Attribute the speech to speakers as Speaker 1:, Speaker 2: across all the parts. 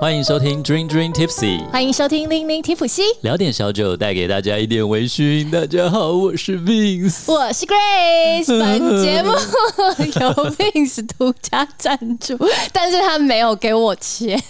Speaker 1: 欢迎收听 Dream Dream Tipsy，
Speaker 2: 欢迎收听《零零提普西》，
Speaker 1: 聊点小酒，带给大家一点微醺。大家好，我是 Vince。
Speaker 2: 我 是 Grace。本节目由 Vince 独家赞助，但是他没有给我钱，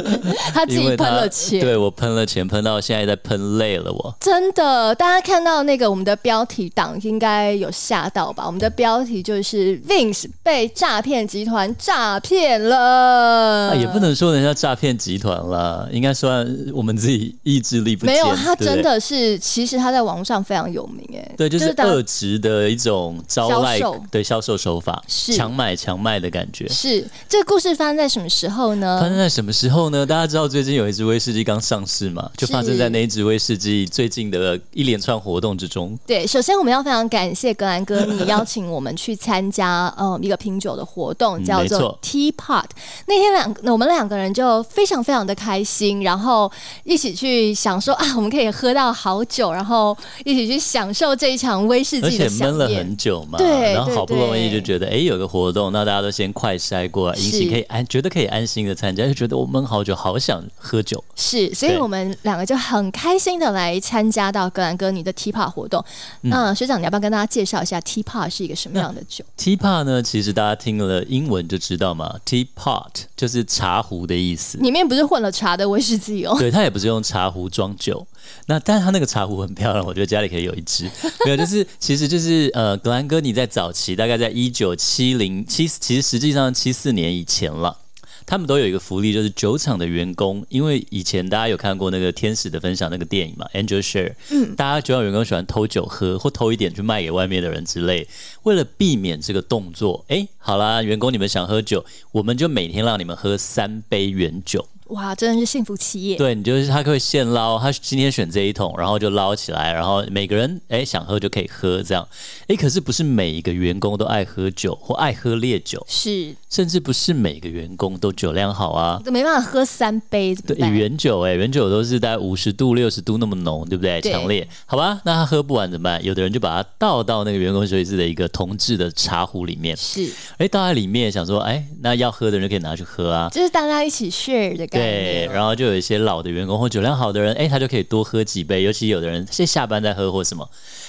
Speaker 2: 他自己喷了钱。
Speaker 1: 对我喷了钱，喷到现在在喷累了我。
Speaker 2: 真的，大家看到那个我们的标题党，应该有吓到吧？我们的标题就是 Vince 被诈骗集团诈骗了、呃
Speaker 1: 啊，也不能说人家诈骗集团啦，应该算我们自己意志力不坚。
Speaker 2: 没有，
Speaker 1: 对
Speaker 2: 他
Speaker 1: 不对
Speaker 2: 真的是，其实他在网络上非常有名，哎，
Speaker 1: 对，就是
Speaker 2: 大
Speaker 1: 恶质的一种招徕
Speaker 2: 销售
Speaker 1: 对销售手法，
Speaker 2: 是
Speaker 1: 强买强卖的感觉。
Speaker 2: 是这个故事发生在什么时候呢？
Speaker 1: 发生在什么时候呢？大家知道最近有一支威士忌刚上市嘛，就是发生在那一支威士忌最近的一连串活动之中。
Speaker 2: 对，首先我们要非常感谢格兰哥，你邀请我们去参加 呃一个品酒的活动，叫
Speaker 1: 没
Speaker 2: 做
Speaker 1: 错
Speaker 2: Teapot。那天两我们两个人就非常非常的开心，然后一起去想说啊，我们可以喝到好酒，然后一起去享受这一场威士
Speaker 1: 而
Speaker 2: 忌
Speaker 1: 且
Speaker 2: 的
Speaker 1: 闷
Speaker 2: 飨
Speaker 1: 了
Speaker 2: 宴。
Speaker 1: 很久嘛，
Speaker 2: 对
Speaker 1: 然后
Speaker 2: 对
Speaker 1: 好不容易
Speaker 2: 对
Speaker 1: 就觉得，哎、有个活动，那大家都先快筛过来，
Speaker 2: 是
Speaker 1: 引起可以安，觉得可以安心的参加，就觉得我闷好久，好想喝酒。
Speaker 2: 是，所以
Speaker 1: 对
Speaker 2: 我们两个就很开心的来参加到格兰哥你的 Teapot 活动。嗯、学长，你要不要跟大家介绍一下 Teapot 是一个什么样的酒？
Speaker 1: Teapot 呢，其实大家听了英文就知道嘛，Teapot 就是茶壶的意思。
Speaker 2: 里面不是混了茶的威士忌哦。
Speaker 1: 对，它也不是用茶壶装酒，那但是它那个茶壶很漂亮，我觉得家里可以有一只。没有，就是其实就是呃，格兰哥你在早期大概在一九七零七，其实实际上七四年以前了。他们都有一个福利，就是酒厂的员工，因为以前大家有看过那个《天使的分享》那个电影嘛，Angel Share，嗯，大家酒厂员工喜欢偷酒喝或偷一点去卖给外面的人之类。为了避免这个动作，哎、好啦，员工你们想喝酒，我们就每天让你们喝三杯原酒。
Speaker 2: 哇，真的是幸福企业。
Speaker 1: 对你就是他会现捞，他今天选这一桶，然后就捞起来，然后每个人哎想喝就可以喝这样。哎，可是不是每一个员工都爱喝酒或爱喝烈酒，
Speaker 2: 是，
Speaker 1: 甚至不是每个员工都酒量好啊。
Speaker 2: 没办法喝三杯，怎
Speaker 1: 对，
Speaker 2: 么办？
Speaker 1: 原酒哎、原酒都是大概五十度、六十度那么浓，对不对？
Speaker 2: 对
Speaker 1: 强烈，好吧，那他喝不完怎么办？有的人就把它倒到那个员工休息室的一个铜制的茶壶里面，
Speaker 2: 是，
Speaker 1: 哎，倒在里面想说，哎，那要喝的人就可以拿去喝啊。
Speaker 2: 就是大家一起 share 的概
Speaker 1: 对，
Speaker 2: 念。
Speaker 1: 然后就有一些老的员工或酒量好的人，哎，他就可以多喝几杯，尤其有的人是下班再喝或什么，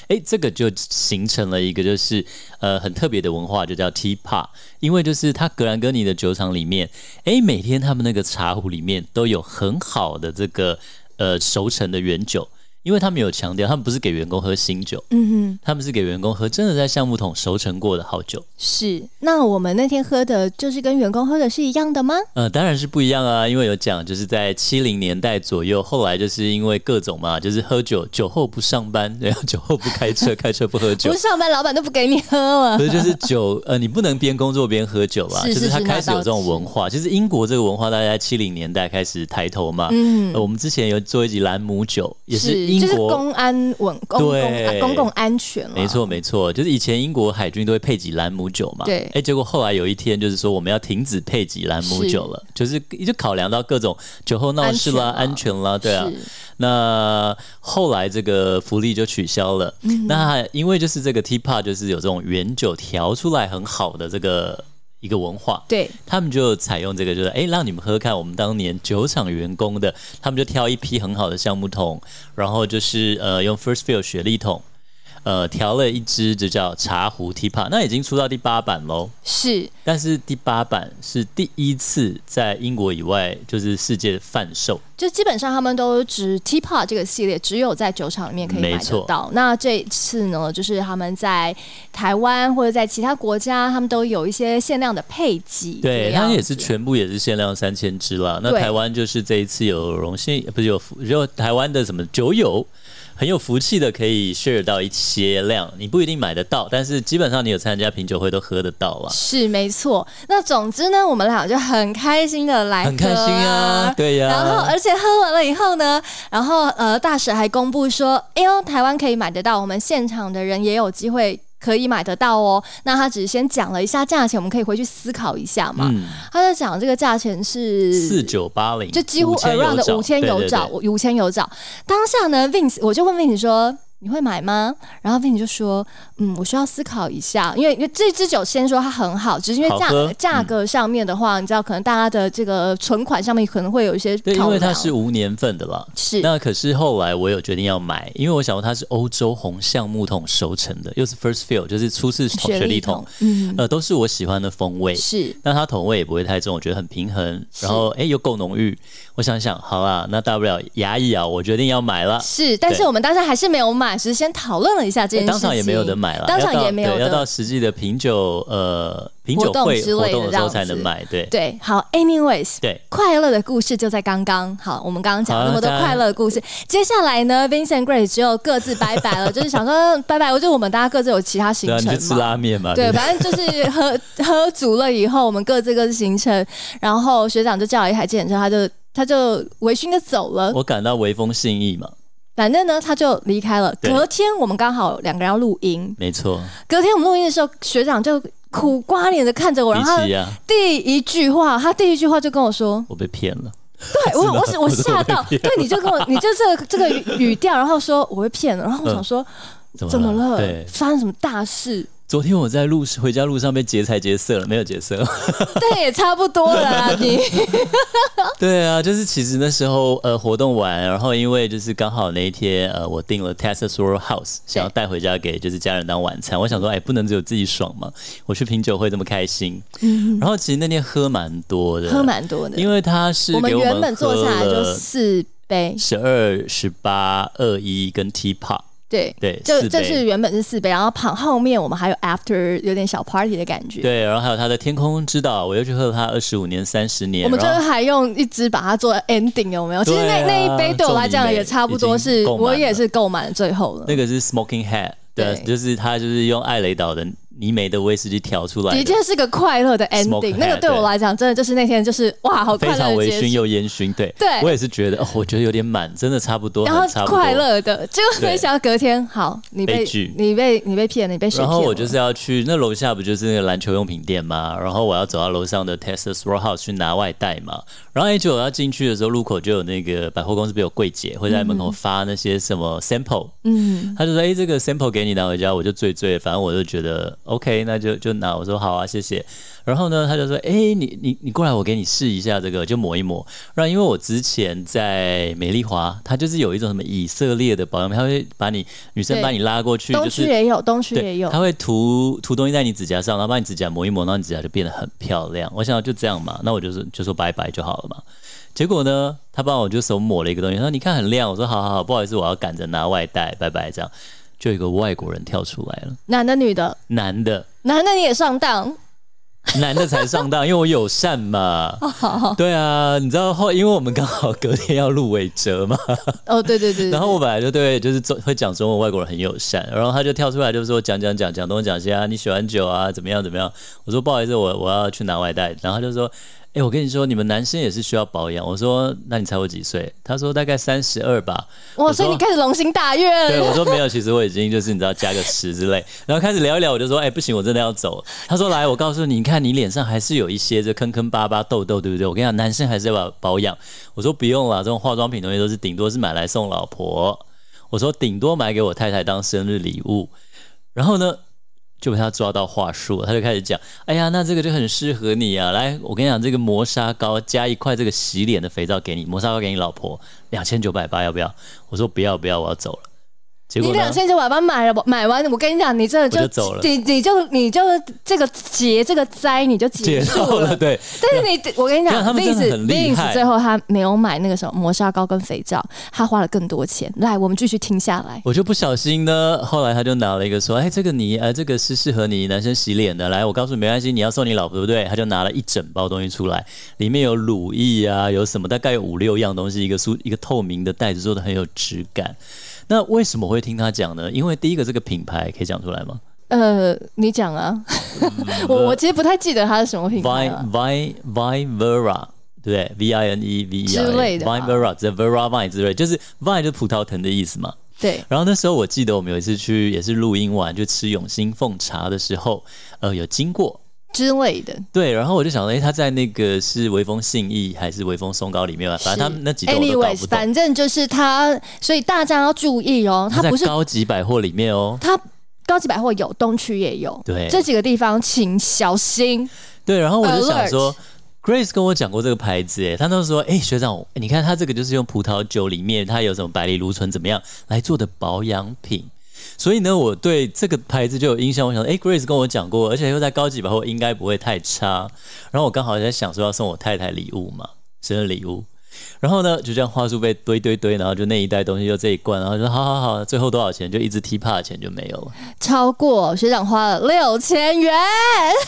Speaker 1: 哎，这个就形成了一个就是呃很特别的文化，就叫 teapot，因为就是他格兰哥尼的酒厂里面，哎，每天他们那个茶壶里面都有很好的这个呃熟成的原酒，因为他们有强调，他们不是给员工喝新酒，
Speaker 2: 嗯
Speaker 1: 他们是给员工喝真的在橡木桶熟成过的好酒。
Speaker 2: 哼，是。那我们那天喝的就是跟员工喝的是一样的吗？
Speaker 1: 呃，当然是不一样啊，因为有讲就是在七零年代左右，后来就是因为各种嘛，就是喝酒，酒后不上班， 然后酒后不开 车，开车不喝酒
Speaker 2: 不是。上班老板都不给你喝了
Speaker 1: 所。以就是酒，呃，你不能边工作边喝酒啊，
Speaker 2: 是
Speaker 1: 就是是它
Speaker 2: 是
Speaker 1: 开始有这种
Speaker 2: 那倒是
Speaker 1: 文化。就是英国这个文化，大概在七零年代开始抬头嘛。嗯、我们之前有做一集兰姆酒，也英
Speaker 2: 就
Speaker 1: 国
Speaker 2: 是公安稳公共啊
Speaker 1: 对
Speaker 2: 公共安全了。
Speaker 1: 没，错，没错，就是以前英国海军都会配给兰姆酒嘛。
Speaker 2: 对
Speaker 1: 哎、结果后来有一天，就是说我们要停止配给兰姆酒了，就是就考量到各种酒后闹事啦、安
Speaker 2: 安
Speaker 1: 全啦，对啊
Speaker 2: 是。
Speaker 1: 那后来这个福利就取消了。那因为就是这个 teapot 就是有这种原酒调出来很好的这个一个文化，
Speaker 2: 对，
Speaker 1: 他们就采用这个，就是哎，诶让你们喝喝看我们当年酒厂员工的，他们就挑一批很好的橡木桶，然后就是呃用 First Fill 雪莉桶，呃调了一支就叫茶壶 Teapot，那已经出到第八版喽。
Speaker 2: 是
Speaker 1: 但是第八版是第一次在英国以外就是世界贩售，
Speaker 2: 就基本上他们都只 Teapot 这个系列只有在酒厂里面可以
Speaker 1: 没
Speaker 2: 买
Speaker 1: 错
Speaker 2: 得到。那这一次呢，就是他们在台湾或者在其他国家，他们都有一些限量的配给。
Speaker 1: 对，它也是
Speaker 2: 全。
Speaker 1: 全部也是限量三千支啦。那
Speaker 2: 对
Speaker 1: 台湾就是这一次有荣幸，不是有福有台湾的什么酒友。很有福气的，可以 share 到一些量，你不一定买得到，但是基本上你有参加品酒会都喝得到啦。
Speaker 2: 是没错。那总之呢，我们俩就很开心的来、
Speaker 1: 很开心啊，。对呀、
Speaker 2: 然后，而且喝完了以后呢，然后呃，大使还公布说，哎呦，台湾可以买得到，我们现场的人也有机会可以买得到哦。那他只是先讲了一下价钱，我们可以回去思考一下嘛。
Speaker 1: 嗯，
Speaker 2: 他就讲这个价钱是
Speaker 1: 四九八零，
Speaker 2: 就几乎
Speaker 1: 5000
Speaker 2: around
Speaker 1: 有
Speaker 2: 的
Speaker 1: 找
Speaker 2: 五千有
Speaker 1: 对对
Speaker 2: 找，
Speaker 1: 对
Speaker 2: 五千有找。当下呢，Vince 我就问 Vince 说：“你会买吗？”然后 Vin 就说：“嗯，我需要思考一下，因为因为这支酒先说它很好，只是因为
Speaker 1: 好
Speaker 2: 价
Speaker 1: 喝嗯
Speaker 2: 价格上面的话，你知道可能大家的这个存款上面可能会有一些
Speaker 1: 对，因
Speaker 2: 考
Speaker 1: 为它
Speaker 2: 量
Speaker 1: 是无年份的啦。
Speaker 2: 是
Speaker 1: 那可是后来我有决定要买，因为我想说它是欧洲红橡木桶熟成的，又是 first fill，就是初次桶雪
Speaker 2: 历
Speaker 1: 莉桶，，
Speaker 2: 嗯，
Speaker 1: 呃，都是我喜欢的风味。
Speaker 2: 是
Speaker 1: 那它桶味也不会太重，我觉得很平衡，
Speaker 2: 是
Speaker 1: 然后诶又够浓郁。我想想，好啦，那大不了牙一咬，我决定要买了。
Speaker 2: 是，但是
Speaker 1: 对
Speaker 2: 我们当时还是没有买，只是先讨论了一下这件事
Speaker 1: 当
Speaker 2: 情，
Speaker 1: 场也没有人买了，
Speaker 2: 当场
Speaker 1: 要到
Speaker 2: 也没有
Speaker 1: 对要
Speaker 2: 的
Speaker 1: 到实际的品酒呃品酒
Speaker 2: 活动
Speaker 1: 会
Speaker 2: 之类
Speaker 1: 活
Speaker 2: 的
Speaker 1: 动的时候才
Speaker 2: 这样
Speaker 1: 能
Speaker 2: 子
Speaker 1: 买，对
Speaker 2: 对，好，anyways，
Speaker 1: 对。
Speaker 2: 快乐的故事就在刚刚。好，我们刚刚讲了那么多
Speaker 1: 好大家
Speaker 2: 快乐的故事，接下来呢，Vincent Grace 只有各自拜 拜了，就是想说拜拜，我就我们大家各自有其他行
Speaker 1: 对啊，你去
Speaker 2: 程
Speaker 1: 吃
Speaker 2: 嘛。
Speaker 1: 拉面嘛？
Speaker 2: 对，
Speaker 1: 不
Speaker 2: 反正就是喝 喝足了以后，我们各自各自行程，然后学长就叫了一台计程车，他就他就微醺的走了。
Speaker 1: 我感到微风信义嘛，
Speaker 2: 反正呢，他就离开了。
Speaker 1: 对
Speaker 2: 隔天我们刚好两个人要录音，
Speaker 1: 没错，
Speaker 2: 隔天我们录音的时候，学长就苦瓜脸的看着我，然
Speaker 1: 比
Speaker 2: 后他
Speaker 1: 起啊，
Speaker 2: 第一句话，他第一句话就跟我说：“
Speaker 1: 我被骗了。
Speaker 2: 对我，我我
Speaker 1: 我说
Speaker 2: 吓
Speaker 1: 我被
Speaker 2: 到，对，你就跟我，你就 这个这个语语调，然后说我被骗了，
Speaker 1: 嗯
Speaker 2: 然后我想说。怎么了？
Speaker 1: 对，
Speaker 2: 发生什么大事？
Speaker 1: 昨天我在路回家路上被劫财劫色了，没有劫色。
Speaker 2: 但也差不多了啊！ 你
Speaker 1: 对啊，就是其实那时候呃活动完，然后因为就是刚好那一天呃我订了 Texas Roadhouse，想要带回家给就是家人当晚餐。我想说，哎，不能只有自己爽嘛，我去品酒会这么开心。然后其实那天喝蛮多的，
Speaker 2: 喝蛮多的，
Speaker 1: 啊因为他是
Speaker 2: 我们
Speaker 1: 给我
Speaker 2: 原本坐下来就
Speaker 1: 喝了
Speaker 2: 四杯，
Speaker 1: 十二、十八、二一跟 teapot，
Speaker 2: 对
Speaker 1: 对
Speaker 2: 就
Speaker 1: 四
Speaker 2: 这
Speaker 1: 杯
Speaker 2: 是原本是四杯，然后旁后面我们还有 after 有点小 party 的感觉。
Speaker 1: 对，然后还有他的天空之岛，我又去喝了他二十五年、三十年，
Speaker 2: 我们最
Speaker 1: 然
Speaker 2: 后
Speaker 1: 后
Speaker 2: 还用一支把它做 ending 有没有？其实
Speaker 1: 对
Speaker 2: 那
Speaker 1: 啊
Speaker 2: 那一杯对我来
Speaker 1: 仲
Speaker 2: 讲
Speaker 1: 尼美
Speaker 2: 也差不多
Speaker 1: 已
Speaker 2: 是，
Speaker 1: 经够满了
Speaker 2: 我也是购满了最后了。
Speaker 1: 那个是 Smoking Head，对，
Speaker 2: 对
Speaker 1: 就是他就是用艾雷岛的泥煤的威士忌调出来的，
Speaker 2: 的确是个快乐的
Speaker 1: Smoke
Speaker 2: ending。那个
Speaker 1: hat，
Speaker 2: 对我
Speaker 1: 对
Speaker 2: 来讲，真的就是那天就是哇，好
Speaker 1: 非
Speaker 2: 快
Speaker 1: 常
Speaker 2: 乐的
Speaker 1: 微醺
Speaker 2: 结束，
Speaker 1: 又烟熏，对，
Speaker 2: 对
Speaker 1: 我也是觉得，哦，我觉得有点满，真的差不多，
Speaker 2: 然
Speaker 1: 很
Speaker 2: 后
Speaker 1: 差不多
Speaker 2: 快。乐的，结果没
Speaker 1: 对
Speaker 2: 想到隔天，好，你被
Speaker 1: 被拒
Speaker 2: 你被你被骗，你被谁
Speaker 1: 然
Speaker 2: 骗
Speaker 1: 后
Speaker 2: 了？
Speaker 1: 我就是要去那楼下不就是那个篮球用品店吗？然后我要走到楼上的 Texas Roadhouse 去拿外带嘛。然后 A 九我要进去的时候，路口就有那个百货公司不是有柜姐会在门口发那些什么 sample，
Speaker 2: 嗯，
Speaker 1: 他就说：“哎、这个 sample 给你拿回家，我就醉醉，反正我就觉得 OK，那就就拿。”我说：“好啊，谢谢。”然后呢，他就说：“哎、你你你过来，我给你试一下这个，就抹一抹。”然后因为我之前在美丽华，它就是有一种什么以色列的保养品，它会把你女生
Speaker 2: 对
Speaker 1: 把你拉过去，
Speaker 2: 东
Speaker 1: 就
Speaker 2: 区
Speaker 1: 是。
Speaker 2: 也有，东区也
Speaker 1: 对，
Speaker 2: 有
Speaker 1: 它，会涂涂东西在你指甲上，然后把你指甲磨一磨，然后你指甲就变得很漂亮。我想就这样嘛，那我就说就说拜拜就好了嘛。结果呢，他帮我就手抹了一个东西，他说你看很亮，我说好好好，不好意思，我要赶着拿外带，拜拜这样。就有一个外国人跳出来了，
Speaker 2: 男的女的，
Speaker 1: 男的，
Speaker 2: 男的你也上当，
Speaker 1: 男的才上当，因为我友善嘛。对啊，你知道后，因为我们刚好隔天要录伟哲嘛，
Speaker 2: 哦，对对 对，
Speaker 1: 然后我本来就对就是中会讲中文外国人很友善，然后他就跳出来就说讲讲讲讲东讲西啊，你喜欢酒啊怎么样怎么样？我说不好意思，我我要去拿外带，然后他就说。哎、我跟你说，你们男生也是需要保养。我说，那你猜我几岁？他说大概三十二吧。
Speaker 2: 哇，
Speaker 1: 我
Speaker 2: 所以
Speaker 1: 说
Speaker 2: 你开始龙心大悦
Speaker 1: 对，
Speaker 2: 了，
Speaker 1: 我说没有，其实我已经就是你知道加个十之类，然后开始聊一聊，我就说，哎、不行，我真的要走。他说，来，我告诉你，你看你脸上还是有一些这坑坑巴巴痘痘，对不对？我跟你讲，男生还是要保保养。我说不用啦，这种化妆品东西都是顶多是买来送老婆。我说顶多买给我太太当生日礼物。然后呢，就被他抓到话术了，他就开始讲：“哎呀，那这个就很适合你啊！来，我跟你讲，这个磨砂膏加一块这个洗脸的肥皂给你，磨砂膏给你老婆，两千九百八，要不要？”我说：“不要，不要，我要走了。”结
Speaker 2: 你
Speaker 1: 果
Speaker 2: 两
Speaker 1: 呢？
Speaker 2: 千九百八买了，买完我跟你讲，你这
Speaker 1: 我
Speaker 2: 就
Speaker 1: 就走了
Speaker 2: 你你就你就这个劫这个灾你就
Speaker 1: 解
Speaker 2: 结束
Speaker 1: 到了，对，
Speaker 2: 但是你，我跟你
Speaker 1: 没
Speaker 2: 讲
Speaker 1: 有他们真的很厉害
Speaker 2: 最后他没有买那个什么磨砂膏跟肥皂，他花了更多钱。
Speaker 1: 嗯
Speaker 2: 来，我们继续听下来。
Speaker 1: 我就不小心呢，后来他就拿了一个说：“哎，这个你，呃，这个是适合你男生洗脸的。来，我告诉你，没关系，你要送你老婆，对不对？”他就拿了一整包东西出来，里面有乳液啊，有什么，大概有五六样东西，一个塑一个透明的袋子做的很有质感。那为什么会听他讲呢？因为第一个这个品牌可以讲出来吗
Speaker 2: 呃，你讲啊，
Speaker 1: 嗯
Speaker 2: 我我其实不太记得它是什么品牌啊了。
Speaker 1: ？Vi Vi Vi Vera。对不对，V I N E V E
Speaker 2: 之类的吧
Speaker 1: Vine Vera，这 Vera Vine 之类，就是 Vine 就是葡萄藤的意思嘛。
Speaker 2: 对，
Speaker 1: 然后那时候我记得我们有一次去也是录音完，就吃永兴凤茶的时候，呃，有经过
Speaker 2: 之类的。
Speaker 1: 对，然后我就想，哎、他在那个是微风信义还是微风松高里面吧？反正他们那几栋我都搞
Speaker 2: anyways，
Speaker 1: 不懂。
Speaker 2: 反正就是它，所以大家要注意哦，它
Speaker 1: 在
Speaker 2: 不是
Speaker 1: 高级百货里面哦。
Speaker 2: 它高级百货有，东区也有，
Speaker 1: 对
Speaker 2: 这几个地方请小心。
Speaker 1: 对，然后我就想
Speaker 2: Alert
Speaker 1: 说。Grace 跟我讲过这个牌子，哎，她那时候说，哎、学长，你看它这个就是用葡萄酒里面它有什么百里芦醇怎么样来做的保养品，所以呢，我对这个牌子就有印象。我想，哎、g r a c e 跟我讲过，而且又在高级百货，应该不会太差。然后我刚好在想说要送我太太礼物嘛，生日礼物。然后呢，就这样话术被堆堆堆，然后就那一袋东西就这一罐，然后就说好好好，最后多少钱就一支 T 帕的钱就没有了。
Speaker 2: 超过学长花了六千元，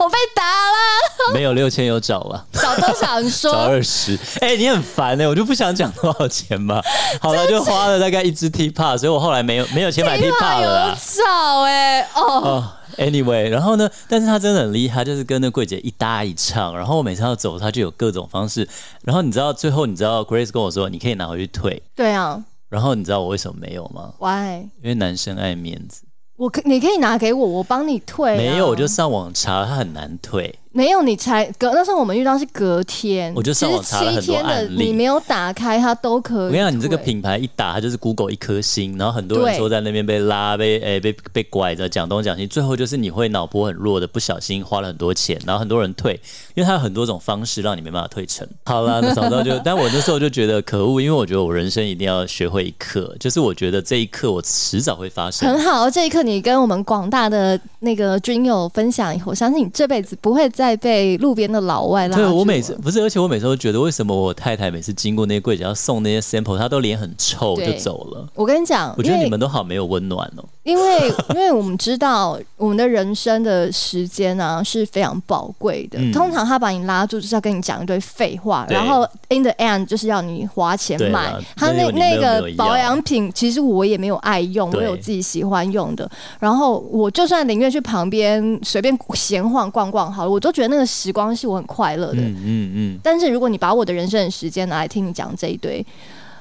Speaker 2: 我被打了，
Speaker 1: 没有六千有找啊，
Speaker 2: 找多少？你
Speaker 1: 找
Speaker 2: 说
Speaker 1: 二 十。哎，你很烦哎、我就不想讲多少钱嘛。好了，就花了大概一支 T 帕，所以我后来没有没有钱买 T 帕
Speaker 2: 有
Speaker 1: 了啦。
Speaker 2: 找哎、哦，
Speaker 1: 哦，anyway，然后呢？但是他真的很厉害，就是跟那柜姐一搭一唱，然后我每次要走，他就有各种方式。然后你知道最后，你知道 Grace 跟我说，你可以拿回去退。
Speaker 2: 对啊
Speaker 1: 然后你知道我为什么没有吗？
Speaker 2: ，why？
Speaker 1: 因为男生爱面子。
Speaker 2: 我可你可以拿给我，我帮你退、啊。
Speaker 1: 没有，我就上网查，它很难退。
Speaker 2: 没有，你才隔那时候我们遇到是隔天，
Speaker 1: 我就上网查了
Speaker 2: 其实
Speaker 1: 很
Speaker 2: 七
Speaker 1: 多
Speaker 2: 天
Speaker 1: 案
Speaker 2: 的
Speaker 1: 例
Speaker 2: 你没有打开它都可以退。
Speaker 1: 我跟你讲，你这个品牌一打，它就是 Google 一颗星，然后很多人
Speaker 2: 对
Speaker 1: 说在那边被拉、被诶、被被拐着讲东讲西，最后就是你会脑波很弱的，不小心花了很多钱，然后很多人退，因为它有很多种方式让你没办法退成。好啦，那早知道就，但我那时候就觉得可恶，因为我觉得我人生一定要学会一课，就是我觉得这一刻我迟早会发生。
Speaker 2: 很好，这一刻你跟我们广大的那个军友分享以后，我相信你这辈子不会再被路边的老外拉
Speaker 1: 对，我
Speaker 2: 住
Speaker 1: 每次
Speaker 2: 了
Speaker 1: 不是，而且我每次都觉得，为什么我太太每次经过那些柜姐要送那些 sample，她都脸很臭就
Speaker 2: 对
Speaker 1: 走了。
Speaker 2: 我跟你讲，
Speaker 1: 我觉
Speaker 2: 因
Speaker 1: 得
Speaker 2: 为
Speaker 1: 你们都好没有温暖哦。
Speaker 2: 因为 因为我们知道我们的人生的时间呢、是非常宝贵的。
Speaker 1: 嗯
Speaker 2: 通常他把你拉住，就是要跟你讲一堆废话，
Speaker 1: 对
Speaker 2: 然后 in the end 就是要你花钱
Speaker 1: 对
Speaker 2: 买
Speaker 1: 啦。
Speaker 2: 他
Speaker 1: 那
Speaker 2: 那
Speaker 1: 又你没
Speaker 2: 那
Speaker 1: 有
Speaker 2: 个
Speaker 1: 没有
Speaker 2: 保
Speaker 1: 要
Speaker 2: 养品，其实我也没有爱用，我
Speaker 1: 对
Speaker 2: 有自己喜欢用的。然后我就算宁愿去旁边随便闲晃逛逛好了，我都觉得那个时光是我很快乐的。
Speaker 1: 嗯嗯嗯，
Speaker 2: 但是如果你把我的人生的时间拿来听你讲这一堆，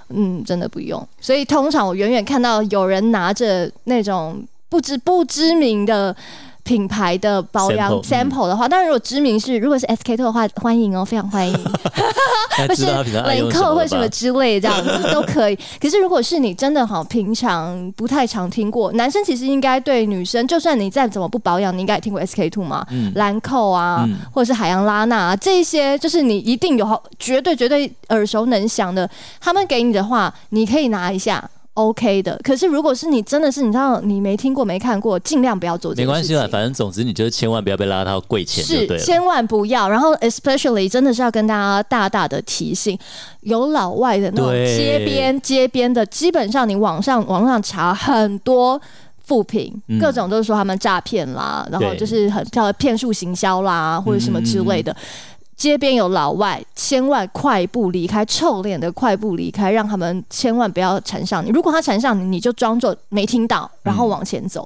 Speaker 2: 嗯，真的不用。所以通常我远远看到有人拿着那种不知不知名的。品牌的保养
Speaker 1: Sample，嗯
Speaker 2: sample 的话，当然如果知名是如果是 SK two 的话，欢迎哦，非常 欢迎。
Speaker 1: 大家
Speaker 2: 或
Speaker 1: 知
Speaker 2: 是
Speaker 1: 道她平常爱
Speaker 2: 冷
Speaker 1: 用什
Speaker 2: 扣
Speaker 1: 么
Speaker 2: 或
Speaker 1: 了
Speaker 2: 什么
Speaker 1: 吧？嗯
Speaker 2: 之类这样子都可以。 可是如果是你真的好平常不太常听过，男生其实应该对女生，就算你再怎么不保养，你应该也听过 SK two 嘛，
Speaker 1: 嗯
Speaker 2: 兰蔻啊，
Speaker 1: 嗯
Speaker 2: 或者是海洋拉娜啊，这一些就是你一定有好绝对绝对耳熟能详的。他们给你的话，你可以拿一下。OK 的，可是如果是你真的是你知道你没听过没看过，尽量不要做这
Speaker 1: 没
Speaker 2: 个
Speaker 1: 关
Speaker 2: 事
Speaker 1: 系
Speaker 2: 情。
Speaker 1: 啦，反正总之你就是千万不要被拉到柜前就是对了。
Speaker 2: 千万不要。然后 especially 真的是要跟大家大大的提醒，有老外的那种
Speaker 1: 对
Speaker 2: 街边街边的，基本上你网上网上查很多。负评
Speaker 1: 嗯，
Speaker 2: 各种都是说他们诈骗啦，然后
Speaker 1: 对
Speaker 2: 就是很漂亮骗术行销啦，或者什么之类的。街边有老外，千万快步离开，臭脸的快步离开，让他们千万不要缠上你。如果他缠上你，你就装作没听到，然
Speaker 1: 嗯
Speaker 2: 后往前走。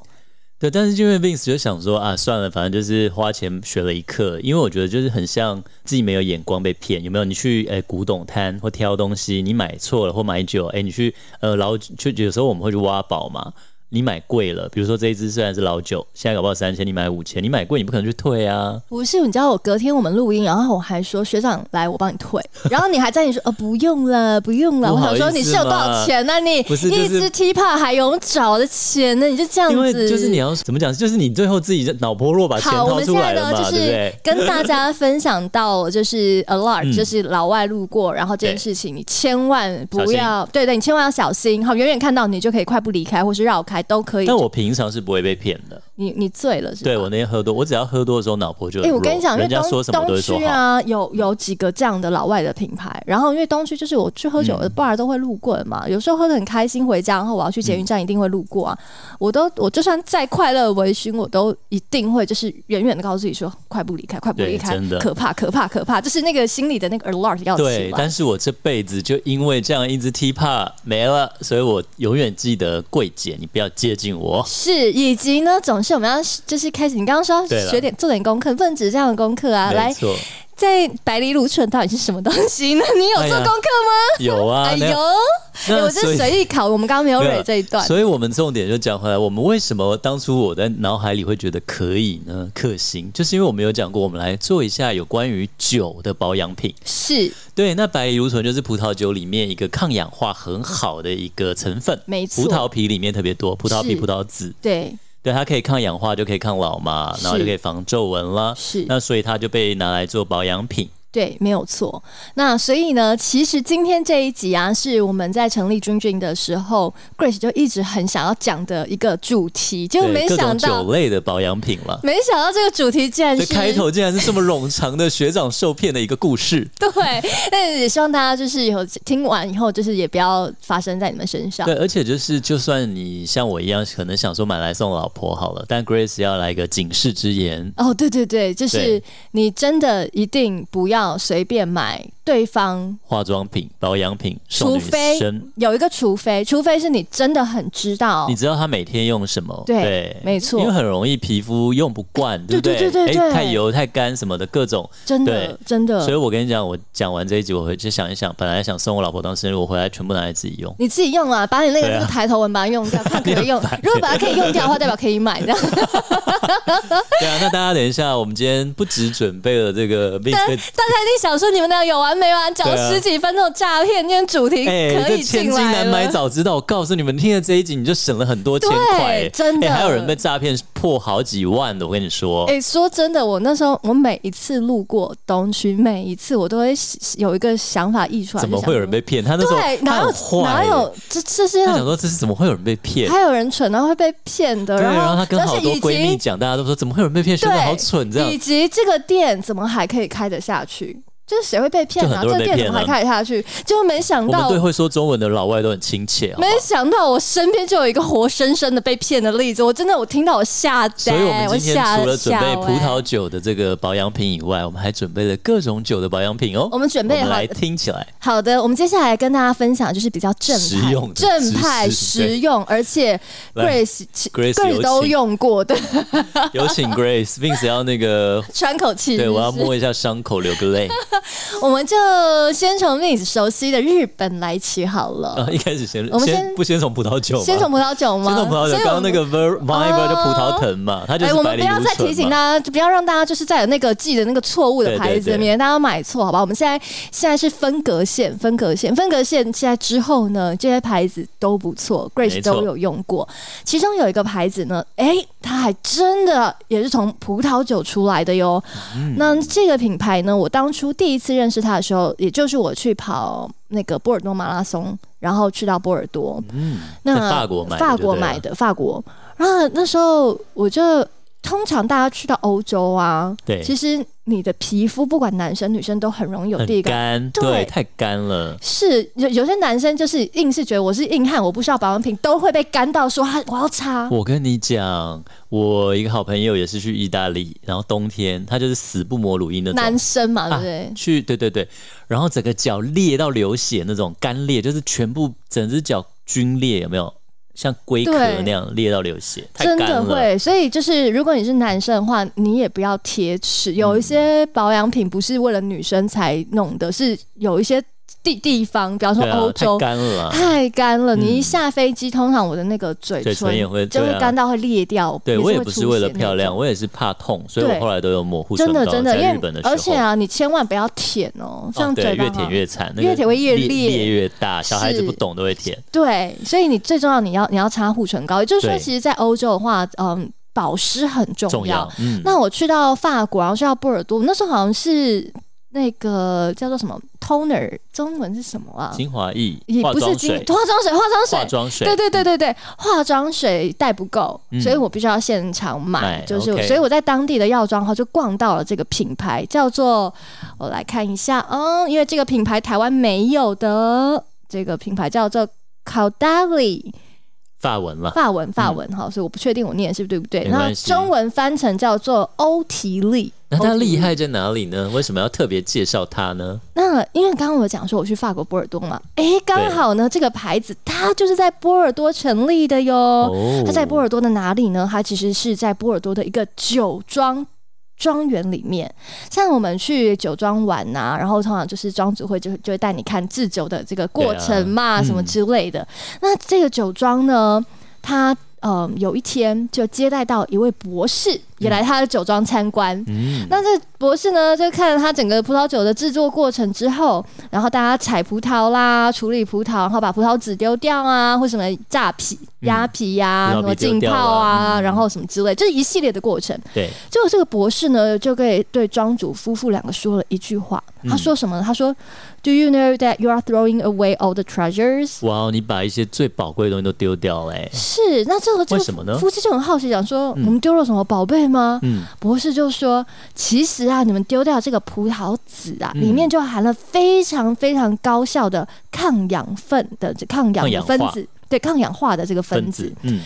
Speaker 1: 对，但是因为 Vince 就想说啊，算了，反正就是花钱学了一课，因为我觉得就是很像自己没有眼光被骗，有没有？你去诶、古董摊或挑东西，你买错了或买久，诶、你去呃老就有时候我们会去挖宝嘛。你买贵了，比如说这一支虽然是老酒，现在搞不好三千，你买五千，你买贵你不可能去退啊。
Speaker 2: 不是，你知道我隔天我们录音，然后我还说学长来，我帮 你退，然后你还在你说呃不用了，不用了，
Speaker 1: 不
Speaker 2: 我
Speaker 1: 好
Speaker 2: 想说
Speaker 1: 意思
Speaker 2: 你是有多少钱呢、你
Speaker 1: 不是就是
Speaker 2: 一只 T 帕还有找的钱呢，你就这样
Speaker 1: 因为
Speaker 2: 子，
Speaker 1: 就是你要怎么讲，就是你最后自己脑波弱把钱
Speaker 2: 好，我
Speaker 1: 掏
Speaker 2: 们现
Speaker 1: 出来
Speaker 2: 在
Speaker 1: 了嘛，
Speaker 2: 呢，
Speaker 1: 对
Speaker 2: 就
Speaker 1: 不
Speaker 2: 是
Speaker 1: 对？
Speaker 2: 跟大家分享到，就是 alert，、
Speaker 1: 嗯
Speaker 2: 就是老外路过，然后这件
Speaker 1: 对
Speaker 2: 事情你千万不要，对对，你千万要小心。好，远远看到你就可以快步离开，或是绕开都可以。
Speaker 1: 但我平常是不会被骗的。
Speaker 2: 你你醉了是吧？
Speaker 1: 对我那天喝多，我只要喝多的时候脑波就
Speaker 2: 哎、
Speaker 1: 很弱。
Speaker 2: 我跟你讲，因为
Speaker 1: 人家
Speaker 2: 东
Speaker 1: 说什么都
Speaker 2: 东
Speaker 1: 会说
Speaker 2: 区
Speaker 1: 好。
Speaker 2: 啊，有有几个这样的老外的品牌，然后因为东区就是我去喝酒的
Speaker 1: 嗯
Speaker 2: bar 都会路过的嘛，有时候喝的很开心回家，然后我要去捷
Speaker 1: 嗯
Speaker 2: 运站一定会路过啊，我都我就算再快乐微醺，我都一定会就是远远的告诉自己说，快步离开，快步
Speaker 1: 对
Speaker 2: 离开
Speaker 1: 真的，
Speaker 2: 可怕可怕可怕，就是那个心里的那个 alert 要起
Speaker 1: 对，
Speaker 2: 来。
Speaker 1: 但是我这辈子就因为这样一只 T 帕没了，所以我永远记得柜姐，你不要接近我。
Speaker 2: 是，以及呢，总是我们要就是开始，你刚刚说
Speaker 1: 对了
Speaker 2: 学点做点功课，不能只是这样的功课啊，
Speaker 1: 没
Speaker 2: 来
Speaker 1: 错，
Speaker 2: 在百里卤醇到底是什么东西呢？你有做功课吗？
Speaker 1: 有哎啊，
Speaker 2: 哎
Speaker 1: 那
Speaker 2: 呦，哎
Speaker 1: 那
Speaker 2: 我
Speaker 1: 所
Speaker 2: 这
Speaker 1: 以
Speaker 2: 随意考，我们刚刚没有
Speaker 1: 没有
Speaker 2: 蕊这一段。
Speaker 1: 所以我们重点就讲回来，我们为什么当初我在脑海里会觉得可以呢？克星，就是因为我们有讲过，我们来做一下有关于酒的保养品。
Speaker 2: 是
Speaker 1: 对，那白藜芦醇就是葡萄酒里面一个抗氧化很好的一个成分，
Speaker 2: 没错
Speaker 1: 葡萄皮里面特别多，葡萄皮、
Speaker 2: 是
Speaker 1: 葡萄籽，
Speaker 2: 对，
Speaker 1: 对，它可以抗氧化，就可以抗老嘛，然后
Speaker 2: 是
Speaker 1: 就可以防皱纹啦。
Speaker 2: 是
Speaker 1: 那所以它就被拿来做保养品。
Speaker 2: 对，没有错。那所以呢，其实今天这一集啊，是我们在成立君君的时候，Grace 就一直很想要讲的一个主题，结果
Speaker 1: 对
Speaker 2: 哎没
Speaker 1: 各
Speaker 2: 想
Speaker 1: 种
Speaker 2: 到
Speaker 1: 酒，类的保养品了。
Speaker 2: 没想到这个主题竟然
Speaker 1: 这
Speaker 2: 是
Speaker 1: 开头竟然是这么冗长的学长受骗的一个故事，
Speaker 2: 对。但也希望大家就是以后听完以后，就是也不要发生在你们身上
Speaker 1: 对，。而且就是就算你像我一样，可能想说买来送老婆好了，但 Grace 要来一个警示之言，
Speaker 2: 哦，对对对，就是
Speaker 1: 对
Speaker 2: 你真的一定不要随便买对方
Speaker 1: 化妆品、保养品送
Speaker 2: 除
Speaker 1: 女
Speaker 2: 非
Speaker 1: 生。
Speaker 2: 有一个除非，除非是你真的很知道
Speaker 1: 你，知道他每天用什么？
Speaker 2: 对没错
Speaker 1: 因为很容易皮肤用不惯，
Speaker 2: 对
Speaker 1: 不对？
Speaker 2: 对对对呃
Speaker 1: 哎
Speaker 2: 对
Speaker 1: 太油、太干什么的各种。
Speaker 2: 真的
Speaker 1: 对
Speaker 2: 真的
Speaker 1: 所以，我跟你讲，我讲完这一集，我回去想一想，本来想送我老婆当生日，我回来全部拿来自己用。
Speaker 2: 你自己用啦，把你那个
Speaker 1: 对
Speaker 2: 那
Speaker 1: 啊
Speaker 2: 个抬头纹把它用掉，看可不 可以用。如果把它可以用掉的话，代表可以买这样。
Speaker 1: 对啊，那大家等一下，我们今天不只准备了这 个 Mix 的
Speaker 2: 大家一定想说你们俩有完没完，讲
Speaker 1: 对啊
Speaker 2: 十几分钟的诈骗，今天主题
Speaker 1: 哎、
Speaker 2: 可
Speaker 1: 这
Speaker 2: 以
Speaker 1: 千
Speaker 2: 进
Speaker 1: 金
Speaker 2: 来
Speaker 1: 难买
Speaker 2: 了。
Speaker 1: 早知道，我告诉你们，听了这一集你就省了很多千块、
Speaker 2: 对
Speaker 1: 哎
Speaker 2: 真的
Speaker 1: 哎还有人被诈骗破好几万的，我跟你说。
Speaker 2: 哎、说真的，我那时候我每一次路过东区，每一次我都会有一个想法溢出来，
Speaker 1: 怎么会有人被骗？他那
Speaker 2: 就
Speaker 1: 时候
Speaker 2: 想说对？
Speaker 1: 他
Speaker 2: 哪
Speaker 1: 很
Speaker 2: 有
Speaker 1: 坏、
Speaker 2: 哪
Speaker 1: 哎
Speaker 2: 有这这世界
Speaker 1: 他
Speaker 2: 上
Speaker 1: 想说这是怎么会有人被骗？
Speaker 2: 还有人蠢到会被骗的，
Speaker 1: 对，然后
Speaker 2: 后
Speaker 1: 他跟好多闺蜜
Speaker 2: 而且以及
Speaker 1: 讲，大家都说怎么会有人被骗？学
Speaker 2: 对
Speaker 1: 长好蠢，这样
Speaker 2: 以及这个店怎么还可以开得下去？就是谁会被骗
Speaker 1: 就
Speaker 2: 啊？
Speaker 1: 很
Speaker 2: 这
Speaker 1: 多
Speaker 2: 个
Speaker 1: 人被
Speaker 2: 店怎么还
Speaker 1: 骗啊
Speaker 2: 开得下去？就没想
Speaker 1: 我
Speaker 2: 到
Speaker 1: 们对会说中文的老外都很亲切，好不
Speaker 2: 没
Speaker 1: 好
Speaker 2: 想到我身边就有一个活生生的被骗的例子，我真的我听到我吓呆，
Speaker 1: 所以，我们今天
Speaker 2: 吓
Speaker 1: 除了准备
Speaker 2: 吓
Speaker 1: 葡萄
Speaker 2: 歪
Speaker 1: 酒的这个保养品以外，我们还准备了各种酒的保养品哦。
Speaker 2: 我们准备
Speaker 1: 我
Speaker 2: 好
Speaker 1: 来听起来，
Speaker 2: 好的，我们接下来跟大家分享就是比较正
Speaker 1: 实
Speaker 2: 派
Speaker 1: 用、的
Speaker 2: 正派、
Speaker 1: 知识对
Speaker 2: 实用，而且
Speaker 1: 来
Speaker 2: Grace 其
Speaker 1: Grace 有
Speaker 2: 都
Speaker 1: 请
Speaker 2: 用过的
Speaker 1: 有请 Grace，Vince 要那个
Speaker 2: 喘口气。
Speaker 1: 对，
Speaker 2: 是不
Speaker 1: 我要
Speaker 2: 是
Speaker 1: 摸一下伤口，流 个泪。
Speaker 2: 我们就先从 Vince 熟悉的日本来起好了，
Speaker 1: 啊，一开始先
Speaker 2: 我们先
Speaker 1: 先不先从葡萄酒吗？
Speaker 2: 先从葡萄酒吗？
Speaker 1: 先从葡萄酒，
Speaker 2: 所以
Speaker 1: 刚刚
Speaker 2: 我
Speaker 1: 那
Speaker 2: 们哦
Speaker 1: 个 ver viber 就葡萄藤嘛，它就
Speaker 2: 哎、
Speaker 1: 是
Speaker 2: 我
Speaker 1: 白
Speaker 2: 们
Speaker 1: 藜
Speaker 2: 不要
Speaker 1: 芦
Speaker 2: 再提
Speaker 1: 醇
Speaker 2: 醒
Speaker 1: 嘛。
Speaker 2: 大家，就不要让大家就是再有那个记的那个错误的
Speaker 1: 对对
Speaker 2: 牌子，
Speaker 1: 对
Speaker 2: 免得大家买错，好吧？我们现在现在是分隔线，分隔线，分隔线。现在之后呢，这些牌子都不错，Grace
Speaker 1: 没错
Speaker 2: 都有用过。其中有一个牌子呢，哎、它还真的也是从葡萄酒出来的哟。
Speaker 1: 嗯
Speaker 2: 那这个品牌呢，我当初第一次认识它的时候，也就是我去跑那个波尔多马拉松，然后去到波尔多，
Speaker 1: 嗯，
Speaker 2: 那
Speaker 1: 在法国买的
Speaker 2: 法
Speaker 1: 就
Speaker 2: 国
Speaker 1: 对了啊
Speaker 2: 买的，法国。然后那时候我就通常大家去到欧洲啊，
Speaker 1: 对
Speaker 2: 其实你的皮肤不管男生女生都很容易有第一
Speaker 1: 很
Speaker 2: 个。
Speaker 1: 干，
Speaker 2: 对
Speaker 1: 对，太干了。
Speaker 2: 是有有些男生就是硬是觉得我是硬汉，我不需要保养品，都会被干到说他我要擦。
Speaker 1: 我跟你讲，我一个好朋友也是去意大利，然后冬天他就是死不抹乳液那
Speaker 2: 男
Speaker 1: 种。
Speaker 2: 生嘛，对
Speaker 1: 啊
Speaker 2: 不对？
Speaker 1: 去对对对，然后整个脚裂到流血那种干裂，就是全部整只脚皲裂，有没有？像龟壳
Speaker 2: 对
Speaker 1: 那样裂到流血，太
Speaker 2: 真
Speaker 1: 干
Speaker 2: 的
Speaker 1: 了。
Speaker 2: 会，所以就是如果你是男生的话，你也不要贴齿。有
Speaker 1: 嗯
Speaker 2: 一些保养品不是为了女生才弄的，是有一些地地方，比方说
Speaker 1: 对
Speaker 2: 欧
Speaker 1: 啊，
Speaker 2: 洲
Speaker 1: 太、干了啊。
Speaker 2: 太干了，你一
Speaker 1: 嗯
Speaker 2: 下飞机，通常我的那个嘴
Speaker 1: 嘴唇也会
Speaker 2: 就会
Speaker 1: 对啊
Speaker 2: 干到会裂掉。
Speaker 1: 对我也不是为了
Speaker 2: 出血那
Speaker 1: 漂亮，
Speaker 2: 种，
Speaker 1: 我也是怕痛，所以我
Speaker 2: 对
Speaker 1: 后来都有抹护
Speaker 2: 真
Speaker 1: 唇膏。
Speaker 2: 的真的，因
Speaker 1: 在日本的
Speaker 2: 为
Speaker 1: 时候，
Speaker 2: 而且啊，你千万不要舔哦，像
Speaker 1: 哦
Speaker 2: 嘴
Speaker 1: 对，
Speaker 2: 巴
Speaker 1: 越舔
Speaker 2: 哈
Speaker 1: 越惨，那
Speaker 2: 越
Speaker 1: 个
Speaker 2: 舔会越裂
Speaker 1: 裂越大，小孩子
Speaker 2: 是
Speaker 1: 不懂都会舔。
Speaker 2: 对，所以你最重要你要你要擦护唇膏，也就是说，
Speaker 1: 对
Speaker 2: 其实，在欧洲的话，嗯，保湿很重
Speaker 1: 重要，嗯，
Speaker 2: 那我去到法国，然后去到波尔多，那时候好像是那个叫做什么 toner，中文是什么啊？
Speaker 1: 精华液、
Speaker 2: 也
Speaker 1: 化
Speaker 2: 不是
Speaker 1: 妆
Speaker 2: 精
Speaker 1: 水、
Speaker 2: 化妆水，化妆水
Speaker 1: 化，妆水，
Speaker 2: 对对对对对，化妆水带不够，
Speaker 1: 嗯
Speaker 2: 所以我必须要现场买，
Speaker 1: 买
Speaker 2: 就是、
Speaker 1: OK
Speaker 2: 所以我在当地的药妆号就逛到了这个品牌，叫做我来看一下，嗯，因为这个品牌台湾没有的，这个品牌叫做 Caudali，
Speaker 1: 发纹了。
Speaker 2: 法文法文哈、所以我不确定我念的是对不对，
Speaker 1: 嗯没
Speaker 2: 那
Speaker 1: 关系
Speaker 2: 中文翻成叫做欧提利。
Speaker 1: 那
Speaker 2: 欧
Speaker 1: 它
Speaker 2: 提利
Speaker 1: 厉害在哪里呢？为什么要特别介绍它呢？
Speaker 2: 那因为刚刚我讲说我去法国波尔多嘛，诶，刚好呢，这个牌子它就是在波尔多成立的哟。
Speaker 1: 哦
Speaker 2: 它在波尔多的哪里呢？它其实是在波尔多的一个酒庄庄园里面。像我们去酒庄玩呐、然后通常就是庄主会就就会带你看制酒的这个过程
Speaker 1: 对
Speaker 2: 嘛，
Speaker 1: 啊
Speaker 2: 什么之类的。那这个酒庄呢，它呃有一天就接待到一位博士也来他的酒庄参观，
Speaker 1: 嗯，
Speaker 2: 那这博士呢，就看了他整个葡萄酒的制作过程之后，然后大家采葡萄啦、处理葡萄，然后把葡萄籽丢掉啊，或什么榨皮、压皮呀、
Speaker 1: 嗯葡萄
Speaker 2: 什么
Speaker 1: 皮丢
Speaker 2: 浸
Speaker 1: 掉
Speaker 2: 泡
Speaker 1: 了
Speaker 2: 啊，
Speaker 1: 嗯
Speaker 2: 然后什么之类，就是一系列的过程。
Speaker 1: 对，
Speaker 2: 结果这个博士呢，就给对庄主夫妇两个说了一句话，
Speaker 1: 嗯
Speaker 2: 他说什么呢？他说：“Do you know that you are throwing away all the treasures？”
Speaker 1: 哇哦，你把一些最宝贵的东西都丢掉了、欸，
Speaker 2: 是，那这个这
Speaker 1: 为
Speaker 2: 个
Speaker 1: 什么呢
Speaker 2: 夫妻就很好奇，讲说、
Speaker 1: 嗯
Speaker 2: 我们丢了什么宝贝吗？
Speaker 1: 嗯，
Speaker 2: 博士就说：“其实啊，你们丢掉这个葡萄籽啊，
Speaker 1: 嗯
Speaker 2: 里面就含了非常非常高效的抗氧分的这抗
Speaker 1: 抗
Speaker 2: 氧的
Speaker 1: 氧
Speaker 2: 分
Speaker 1: 化
Speaker 2: 子，对抗氧化的这个分
Speaker 1: 分
Speaker 2: 子
Speaker 1: 子。，嗯，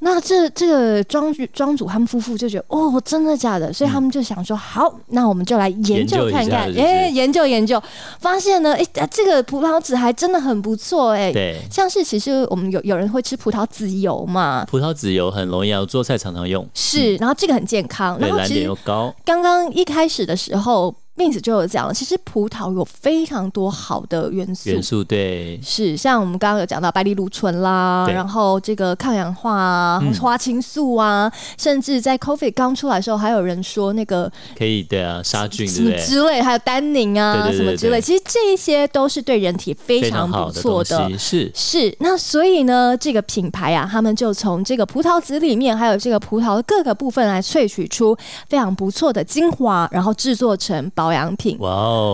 Speaker 2: 那这这个庄主庄主他们夫妇就觉得哦，真的假的？所以他们就想说，好，那我们就来研究
Speaker 1: 研
Speaker 2: 看看
Speaker 1: 究一下是，不是
Speaker 2: 哎、研究研究，发现呢，哎、啊这个葡萄籽还真的很不错、哎。”
Speaker 1: 对。
Speaker 2: 像是其实我们有有人会吃葡萄籽油嘛，
Speaker 1: 葡萄籽油很容易啊，我做菜常常用，
Speaker 2: 是，然后这个很健康，
Speaker 1: 嗯对，
Speaker 2: 然后
Speaker 1: 蓝
Speaker 2: 其
Speaker 1: 点
Speaker 2: 实
Speaker 1: 又高，
Speaker 2: 刚刚一开始的时候，Mins 就有讲了，其实葡萄有非常多好的元素。
Speaker 1: 元素对，
Speaker 2: 是，像我们刚刚有讲到白藜芦醇啦，
Speaker 1: 对
Speaker 2: 然后这个抗氧化啊
Speaker 1: 嗯，
Speaker 2: 花青素啊，甚至在 COVID 刚出来的时候，还有人说那个
Speaker 1: 可以对啊，杀菌
Speaker 2: 什
Speaker 1: 对不
Speaker 2: 么
Speaker 1: 对？
Speaker 2: 之类，还有单宁啊
Speaker 1: 对对对
Speaker 2: 什么之
Speaker 1: 对
Speaker 2: 类，其实这一些都是对人体非
Speaker 1: 非
Speaker 2: 常
Speaker 1: 常好
Speaker 2: 不
Speaker 1: 的
Speaker 2: 错
Speaker 1: 东
Speaker 2: 的。
Speaker 1: 西是，
Speaker 2: 是，那所以呢，这个品牌啊，他们就从这个葡萄籽里面，还有这个葡萄各个部分来萃取出非常不错的精华，然后制作成保养品。
Speaker 1: 哇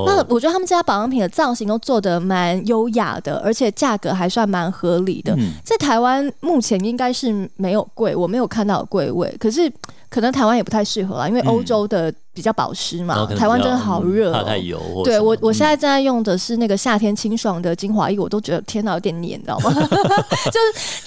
Speaker 2: 那
Speaker 1: 哦，
Speaker 2: 我觉得他们家保养品的造型都做得蛮优雅的，而且价格还算蛮合理的。
Speaker 1: 嗯，
Speaker 2: 在台湾目前应该是没有贵，我没有看到有贵位，可是可能台湾也不太适合啦，因为欧洲的比较保湿
Speaker 1: 然
Speaker 2: 嘛，
Speaker 1: 后嗯哦可能
Speaker 2: 台湾
Speaker 1: 比
Speaker 2: 真
Speaker 1: 较
Speaker 2: 的好热、
Speaker 1: 嗯怕
Speaker 2: 哦。
Speaker 1: 太油或
Speaker 2: 对
Speaker 1: 什么
Speaker 2: 我，我
Speaker 1: 嗯
Speaker 2: 现在正在用的是那个夏天清爽的精华液，我都觉得天哪，有点黏，你知道吗？ 就 是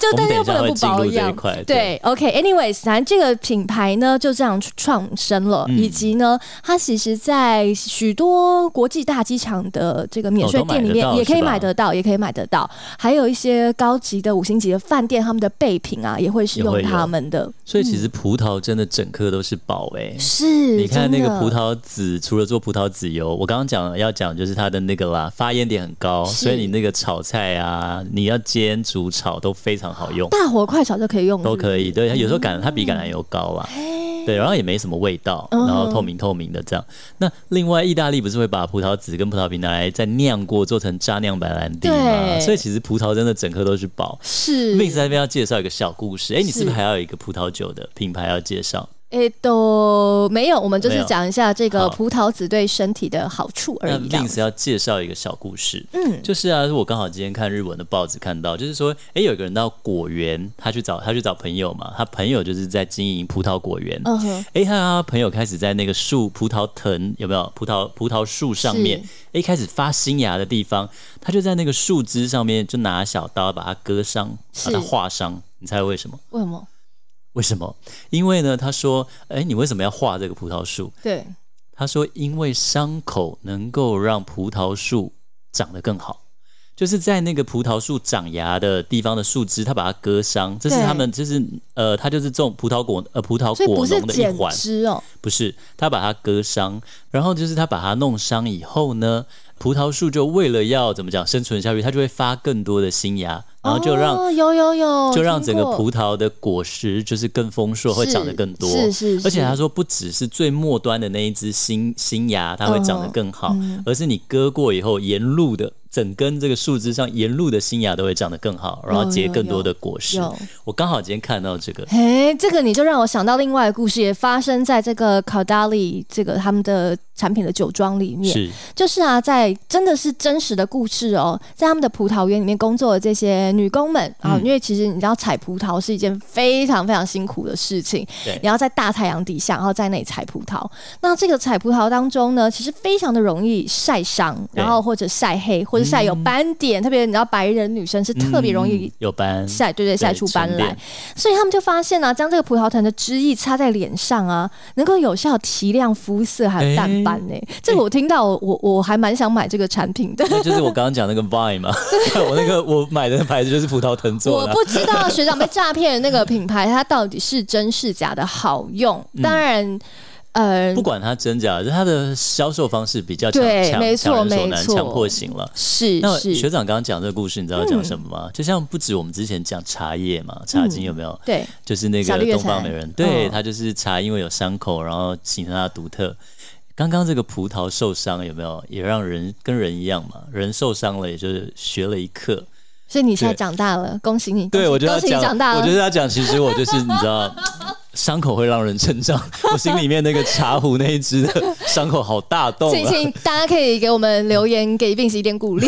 Speaker 2: 就
Speaker 1: 我
Speaker 2: 但
Speaker 1: 们等
Speaker 2: 是
Speaker 1: 一
Speaker 2: 又不
Speaker 1: 下
Speaker 2: 能
Speaker 1: 会
Speaker 2: 不
Speaker 1: 进
Speaker 2: 保
Speaker 1: 入这一
Speaker 2: 养。
Speaker 1: 块，
Speaker 2: 对，OK，anyways，、咱这个品牌呢就这样创生了，
Speaker 1: 嗯
Speaker 2: 以及呢，它其实在许多国际大机场的这个免税店里面
Speaker 1: 哦都买得到
Speaker 2: 也可以
Speaker 1: 是吧
Speaker 2: 买得到，也可以买得到，还有一些高级的五星级的饭店，他们的备品啊也会是
Speaker 1: 也
Speaker 2: 用
Speaker 1: 会
Speaker 2: 他
Speaker 1: 有
Speaker 2: 们的，
Speaker 1: 所以其
Speaker 2: 嗯
Speaker 1: 实葡萄真的整颗都是宝哎、
Speaker 2: 是，
Speaker 1: 你看那
Speaker 2: 真
Speaker 1: 个
Speaker 2: 的
Speaker 1: 葡萄籽，除了做葡萄籽油，我刚刚讲要讲就是它的那个啦，发烟点很高，
Speaker 2: 是
Speaker 1: 所以你那个炒菜啊，你要煎、煮、炒都非常好用，
Speaker 2: 大火快炒就可以用，
Speaker 1: 都
Speaker 2: 以。
Speaker 1: 可以。对，有时候橄它比橄榄油高啦，
Speaker 2: 哎
Speaker 1: 对，然后也没什么味道，
Speaker 2: 嗯
Speaker 1: 然后透明透明的这样。那另外，意大利不是会把葡萄籽跟葡萄皮拿来再酿过，做成渣酿白兰地吗？
Speaker 2: 对
Speaker 1: 所以其实葡萄真的整颗都是宝。
Speaker 2: 是
Speaker 1: Mix 在那边要介绍一个小故事，哎、你是不
Speaker 2: 是
Speaker 1: 是还要有一个葡萄酒的品牌要介绍？
Speaker 2: 诶，都没有，我们就是讲一下这个
Speaker 1: 好
Speaker 2: 葡萄籽对身体的好处而
Speaker 1: 那
Speaker 2: 已。这样
Speaker 1: Vince 要介绍一个小故事，
Speaker 2: 嗯，
Speaker 1: 就是啊，我刚好今天看日文的报纸看到，就是说，诶，有个人到果园，他去找他去找朋友嘛，他朋友就是在经营葡萄果园，
Speaker 2: 嗯哼，
Speaker 1: 诶，他朋友开始在那个树葡萄藤有没有葡萄葡萄树上面，诶，开始发新芽的地方，他就在那个树枝上面就拿小刀把它割伤，把
Speaker 2: 是
Speaker 1: 它划伤，你猜为什么？
Speaker 2: 为什么？
Speaker 1: 为什么？因为呢，他说，诶，你为什么要画这个葡萄树？
Speaker 2: 对，
Speaker 1: 他说，因为伤口能够让葡萄树长得更好，就是在那个葡萄树长芽的地方的树枝，他把它割伤，这是
Speaker 2: 对
Speaker 1: 他们就是呃，他就是种葡萄果呃葡萄
Speaker 2: 所以不
Speaker 1: 果
Speaker 2: 是
Speaker 1: 农的一
Speaker 2: 减
Speaker 1: 环，
Speaker 2: 脂哦，
Speaker 1: 不是他把它割伤，然后就是他把它弄伤以后呢，葡萄树就为了要怎么讲生存下去，它就会发更多的新芽，然后就让。
Speaker 2: 哦有有有，
Speaker 1: 就让整个
Speaker 2: 听过
Speaker 1: 葡萄的果实就是更丰硕，会长得更多。
Speaker 2: 是是是
Speaker 1: 而且他说，不只是最末端的那一只新新芽，它会长得更好，
Speaker 2: 嗯
Speaker 1: 而是你割过以后，沿路的整根这个树枝上沿路的新芽都会长得更好，然后结更多的果实。
Speaker 2: 有有有
Speaker 1: 我刚好今天看到这个，
Speaker 2: 哎，这个你就让我想到另外的故事，也发生在这个 c a d a l i 这个他们的产品的酒庄里面。
Speaker 1: 是
Speaker 2: 就是啊，在真的是真实的故事哦，在他们的葡萄园里面工作的这些女工们啊，
Speaker 1: 嗯
Speaker 2: 因为其实你知道采葡萄是一件非常非常辛苦的事情
Speaker 1: 对，
Speaker 2: 你要在大太阳底下，然后在那里采葡萄。那这个采葡萄当中呢，其实非常的容易晒伤，
Speaker 1: 对
Speaker 2: 然后或者晒黑，或者晒有斑点，特别你知道白人女生是特别容易
Speaker 1: 嗯有斑，
Speaker 2: 晒，对对，晒
Speaker 1: 对
Speaker 2: 出斑
Speaker 1: 沉
Speaker 2: 来
Speaker 1: 淀。
Speaker 2: 所以他们就发现啊，将这个葡萄藤的汁液擦在脸上啊，能够有效提亮肤色还有淡斑呢、这个我听到我，我我还蛮想买这个产品的。
Speaker 1: 那就是我刚刚讲那个 Vine 嘛， 我那个我买的牌子就是葡萄藤做
Speaker 2: 我
Speaker 1: 的啊。
Speaker 2: 不知道学长被诈骗的那个品牌，它到底是真是假的好用。当然。呃
Speaker 1: 嗯不，管它真假，它的销售方式比较强
Speaker 2: 对
Speaker 1: 强
Speaker 2: 没错
Speaker 1: 强人所
Speaker 2: 没
Speaker 1: 难，
Speaker 2: 错
Speaker 1: 强迫型了。
Speaker 2: 是嗯
Speaker 1: 那学
Speaker 2: 是，
Speaker 1: 长刚刚讲这个故事，你知道讲什么吗？就像不止我们之前讲茶叶嘛，茶
Speaker 2: 嗯
Speaker 1: 经有没有？
Speaker 2: 对，
Speaker 1: 就是那
Speaker 2: 小
Speaker 1: 个
Speaker 2: 绿叶
Speaker 1: 东方
Speaker 2: 茶
Speaker 1: 美人，对、
Speaker 2: 嗯
Speaker 1: 他就是茶，因为有伤口，然后形成它的独特。刚刚这个葡萄受伤有没有？也让人跟人一样嘛，人受伤了，也就是学了一课。
Speaker 2: 所以你现在
Speaker 1: 对
Speaker 2: 长大了，恭喜你，
Speaker 1: 对，
Speaker 2: 恭喜
Speaker 1: 我就要
Speaker 2: 恭喜你
Speaker 1: 讲，
Speaker 2: 长大
Speaker 1: 我
Speaker 2: 了
Speaker 1: 就。是要讲，其实我就是你知道，伤口会让人成长。 我心里面那个茶壶那一只的伤口好大洞
Speaker 2: 请
Speaker 1: 啊。
Speaker 2: 请大家可以给我们留言，给并行一点鼓励，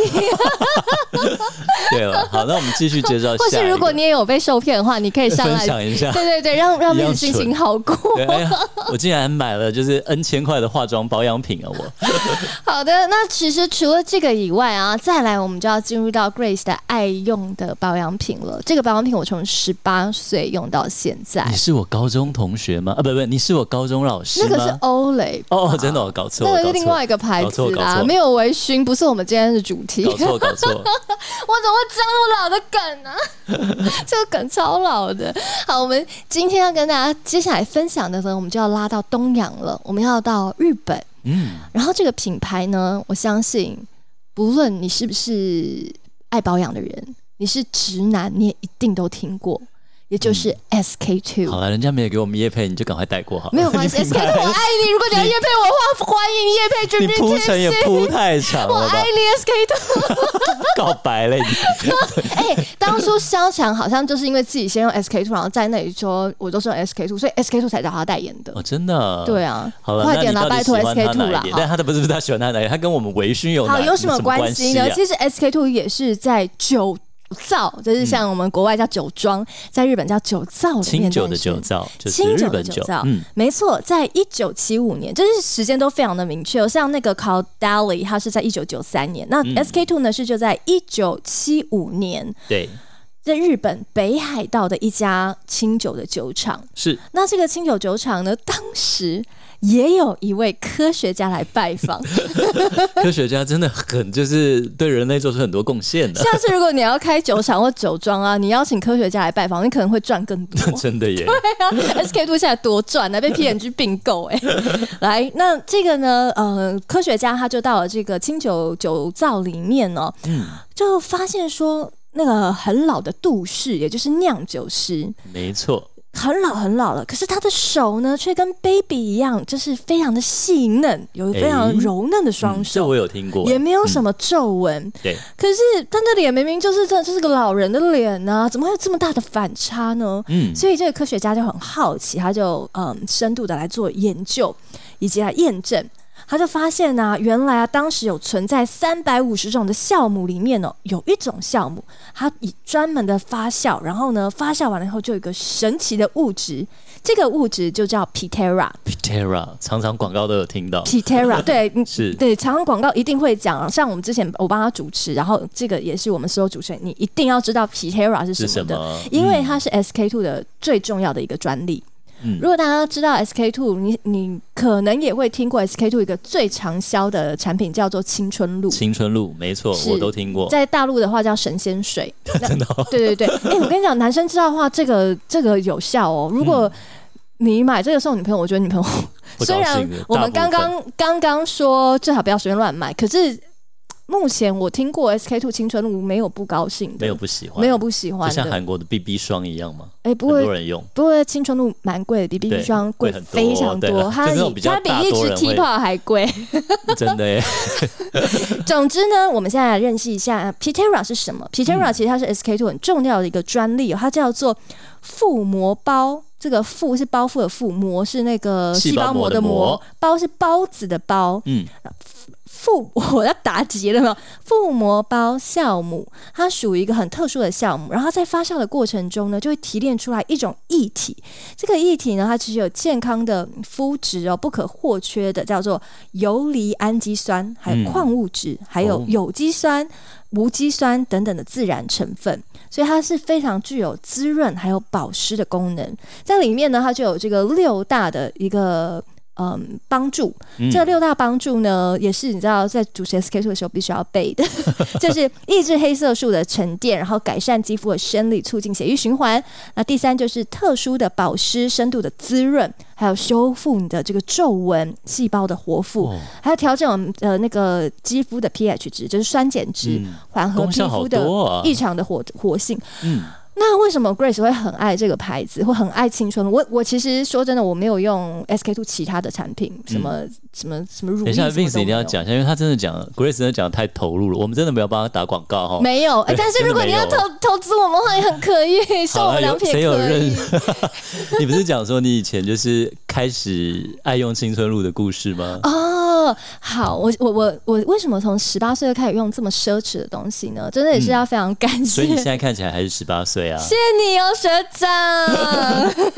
Speaker 1: 对了， 好，那我们继续介绍
Speaker 2: 或
Speaker 1: 下一
Speaker 2: 是
Speaker 1: 个。
Speaker 2: 如果你也有被受骗的话，你可以上
Speaker 1: 分
Speaker 2: 来，
Speaker 1: 享一 下。
Speaker 2: 对对对，让让
Speaker 1: 一样
Speaker 2: 命心
Speaker 1: 蠢
Speaker 2: 情好过。
Speaker 1: 对，哎呀，我竟然买了就是 N 千块的化妆保养品啊！我
Speaker 2: 好的，那其实除了这个以外啊，再来我们就要进入到 Grace 的爱用的保养品了。这个保养品我从十八岁用到现在
Speaker 1: 你，是我高中同学吗？啊，不不，你是我高中老师
Speaker 2: 那
Speaker 1: 吗？
Speaker 2: 个是欧蕾吧
Speaker 1: 哦，真的，我搞错，
Speaker 2: 那
Speaker 1: 我
Speaker 2: 个是
Speaker 1: 搞
Speaker 2: 另
Speaker 1: 错
Speaker 2: 外，一个牌
Speaker 1: 搞
Speaker 2: 子
Speaker 1: 错搞
Speaker 2: 啦，
Speaker 1: 错
Speaker 2: 没有微醺，不是我们今天的主题。我
Speaker 1: 搞
Speaker 2: 怎么
Speaker 1: 错，搞错。
Speaker 2: 会讲那么老的梗呢、 这个梗超老的。好，我们今天要跟大家接下来分享的呢，我们就要拉到东洋了，我们要到日本。
Speaker 1: 嗯，
Speaker 2: 然后这个品牌呢，我相信不论你是不是爱保养的人，你是直男，你也一定都听过，也就是 SK two。
Speaker 1: 嗯好了，人家没有给我们叶配，你就赶快带过好了。
Speaker 2: 没有关系
Speaker 1: 你
Speaker 2: ，SK
Speaker 1: 品牌
Speaker 2: two 我爱你。如果你要
Speaker 1: 你
Speaker 2: 叶配我的话，欢迎叶配
Speaker 1: 你
Speaker 2: Dream
Speaker 1: 铺陈也
Speaker 2: Team
Speaker 1: 铺太长
Speaker 2: 我
Speaker 1: 了
Speaker 2: 爱
Speaker 1: 吧？
Speaker 2: 你 SK two。
Speaker 1: 告白了你，
Speaker 2: 哎、当初肖强好像就是因为自己先用 SK two，然后在那里说我都是用 SK two，所以 SK two 才找他代言的。
Speaker 1: 哦，真的。
Speaker 2: 对。啊，
Speaker 1: 好了，
Speaker 2: 快
Speaker 1: 那
Speaker 2: 点
Speaker 1: 你
Speaker 2: 啦，
Speaker 1: 到
Speaker 2: 拜
Speaker 1: 底喜
Speaker 2: 托
Speaker 1: 欢
Speaker 2: SK
Speaker 1: 他
Speaker 2: two
Speaker 1: 哪
Speaker 2: 啦
Speaker 1: 一。点？
Speaker 2: 好
Speaker 1: 但他的不是不是他喜欢他哪一点，他跟我们微醺哦有哪
Speaker 2: 好，有什么
Speaker 1: 关
Speaker 2: 关系呢？
Speaker 1: 啊
Speaker 2: 其实 SK two 也是在酒造，就是像我们国外叫酒庄，在日本叫酒造的
Speaker 1: 嗯清
Speaker 2: 面
Speaker 1: 酒
Speaker 2: 诞
Speaker 1: 的酒
Speaker 2: 生
Speaker 1: 造就是
Speaker 2: 清
Speaker 1: 日
Speaker 2: 酒的
Speaker 1: 本
Speaker 2: 酒
Speaker 1: 酒
Speaker 2: 造，，
Speaker 1: 嗯，
Speaker 2: 没错，在一九七五年，就是时间都非常的明确、哦。像那个 c a l d a l i 它是在一九九三年，
Speaker 1: 嗯
Speaker 2: 那 SK two 呢是就在一九七五年，
Speaker 1: 对，
Speaker 2: 在日本北海道的一家清酒的酒厂。
Speaker 1: 是
Speaker 2: 那这个清酒酒厂呢，当时也有一位科学家来拜访，
Speaker 1: 科学家真的很就是对人类做出很多贡献 的，
Speaker 2: 下次如果你要开酒厂或酒庄啊，你邀请科学家来拜访，你可能会赚更多。
Speaker 1: 真的耶。
Speaker 2: 对啊，SK two 现在多赚啊呢、被 PNG 并购哎、来，那这个呢，呃，科学家他就到了这个清酒酒造里面哦，就发现说那个很老的杜氏，也就是酿酒师，
Speaker 1: 没错，
Speaker 2: 很老很老了，可是他的手呢，却跟 baby 一样，就是非常的细嫩，有非常
Speaker 1: 哎
Speaker 2: 柔嫩的双
Speaker 1: 嗯这
Speaker 2: 手，
Speaker 1: 我有听过，
Speaker 2: 也没有什么皱纹。
Speaker 1: 对，
Speaker 2: 可是他的脸明明就是这，就是个老人的脸呐、怎么会有这么大的反差呢？
Speaker 1: 嗯，
Speaker 2: 所以这个科学家就很好奇，他就嗯深度的来做研究，以及来验证。他就发现呢、原来啊，当时有存在三百五十种的酵母里面哦，有一种酵母，它以专门的发酵，然后呢，发酵完了以后就有一个神奇的物质，这个物质就叫 Pitera。
Speaker 1: Pitera 常常广告都有听到，
Speaker 2: Pitera，对，你
Speaker 1: 是
Speaker 2: 对，常常广告一定会讲，像我们之前我帮他主持，然后这个也是我们所有主持人，你一定要知道 Pitera 是
Speaker 1: 是
Speaker 2: 什
Speaker 1: 什
Speaker 2: 么的，
Speaker 1: 么？
Speaker 2: 因为它是 SK two 的最重要的一个专利。
Speaker 1: 嗯
Speaker 2: 如果大家知道 SK two，你你可能也会听过 SK two 一个最畅销的产品叫做青春露，
Speaker 1: 嗯青春露，没错，
Speaker 2: 是
Speaker 1: 我都听过，
Speaker 2: 在大陆的话叫神仙水。
Speaker 1: 真的哦、
Speaker 2: 对对 对，哎、我跟你讲，男生知道的话，这个这个有效哦。如果你买这个送女朋友，我觉得女朋友
Speaker 1: 不
Speaker 2: 虽
Speaker 1: 高
Speaker 2: 然
Speaker 1: 兴的
Speaker 2: 我们
Speaker 1: 大
Speaker 2: 刚
Speaker 1: 部分
Speaker 2: 刚刚刚说最好不要随便乱买，可是目前我听过 SK two 青春露没有不高兴的，
Speaker 1: 没有不喜欢，
Speaker 2: 没有不喜欢
Speaker 1: 就像
Speaker 2: 的。
Speaker 1: 韩国的 BB 霜一样嘛，
Speaker 2: 哎、不
Speaker 1: 很
Speaker 2: 会
Speaker 1: 多人用，
Speaker 2: 不过青春露蛮贵的，比 BB
Speaker 1: 对
Speaker 2: 霜贵
Speaker 1: 贵很多
Speaker 2: 非常
Speaker 1: 对啦
Speaker 2: 它
Speaker 1: 就那种
Speaker 2: 比
Speaker 1: 比较
Speaker 2: 它比
Speaker 1: 大
Speaker 2: 一
Speaker 1: 多
Speaker 2: 支
Speaker 1: 人
Speaker 2: T
Speaker 1: 会
Speaker 2: 泡还 贵。
Speaker 1: 真的耶。
Speaker 2: 总之呢，我们现在来认识一下 Pitera 是什么。Pitera
Speaker 1: 嗯
Speaker 2: 其实它是 SK two 很重要的一个专利、哦，它叫做腹膜包。这个腹是包覆的腹，膜是那个
Speaker 1: 细
Speaker 2: 细
Speaker 1: 胞
Speaker 2: 胞膜
Speaker 1: 膜的
Speaker 2: 的膜
Speaker 1: 膜，
Speaker 2: 包是包子的包。
Speaker 1: 嗯，
Speaker 2: 腹我要打结了没有？腹膜包酵母，它属于一个很特殊的酵母，然后在发酵的过程中呢，就会提炼出来一种液体。这个液体呢，它其实有健康的肤质哦，不可或缺的叫做游离氨基酸，还有
Speaker 1: 嗯
Speaker 2: 矿物质，还有
Speaker 1: 哦
Speaker 2: 有机酸、无机酸等等的自然成分，所以它是非常具有滋润还有保湿的功能。在里面呢，它就有这个六大的一个嗯帮助。这六大帮助呢，也是你知道在主持 SK 数的时候必须要 背的，就是抑制黑色素的沉淀，然后改善肌肤的生理，促进血液循环。那第三就是特殊的保湿、深度的滋润，还有修复你的这个皱纹、细胞的活复，
Speaker 1: 哦
Speaker 2: 还有调整我们的呃那个肌肤的 pH 值，就是酸碱值，
Speaker 1: 嗯
Speaker 2: 缓和
Speaker 1: 功
Speaker 2: 皮
Speaker 1: 效
Speaker 2: 肤
Speaker 1: 好
Speaker 2: 的
Speaker 1: 多啊，
Speaker 2: 异常的活活性。
Speaker 1: 嗯，
Speaker 2: 那为什么 Grace 会很爱这个牌子，会很爱青春露？我我其实说真的，我没有用 SK two 其他的产品，什么、什么什么乳
Speaker 1: 嗯等
Speaker 2: 液
Speaker 1: 一
Speaker 2: 什
Speaker 1: 下
Speaker 2: 么都没有，
Speaker 1: ，Vince 一定要讲一下，因为他真的讲了，Grace 真的讲得太投入了，我们真的没有帮他打广告哈。
Speaker 2: 没有。哎、
Speaker 1: 哦对
Speaker 2: 但是如果你
Speaker 1: 真的
Speaker 2: 要
Speaker 1: 没有
Speaker 2: 投投资我们的话，也很可以，送 我
Speaker 1: 好
Speaker 2: 们
Speaker 1: 了，
Speaker 2: 两
Speaker 1: 有
Speaker 2: 瓶
Speaker 1: 谁有
Speaker 2: 可
Speaker 1: 认
Speaker 2: 以。？
Speaker 1: 你不是讲说你以前就是开始爱用青春露的故事吗？
Speaker 2: 哦，好，我我我我为什么从十八岁就开始用这么奢侈的东西呢？真的也是要非常感谢、
Speaker 1: 嗯所以你现在看起来还是十八岁啊。
Speaker 2: 谢谢你哦，学 长。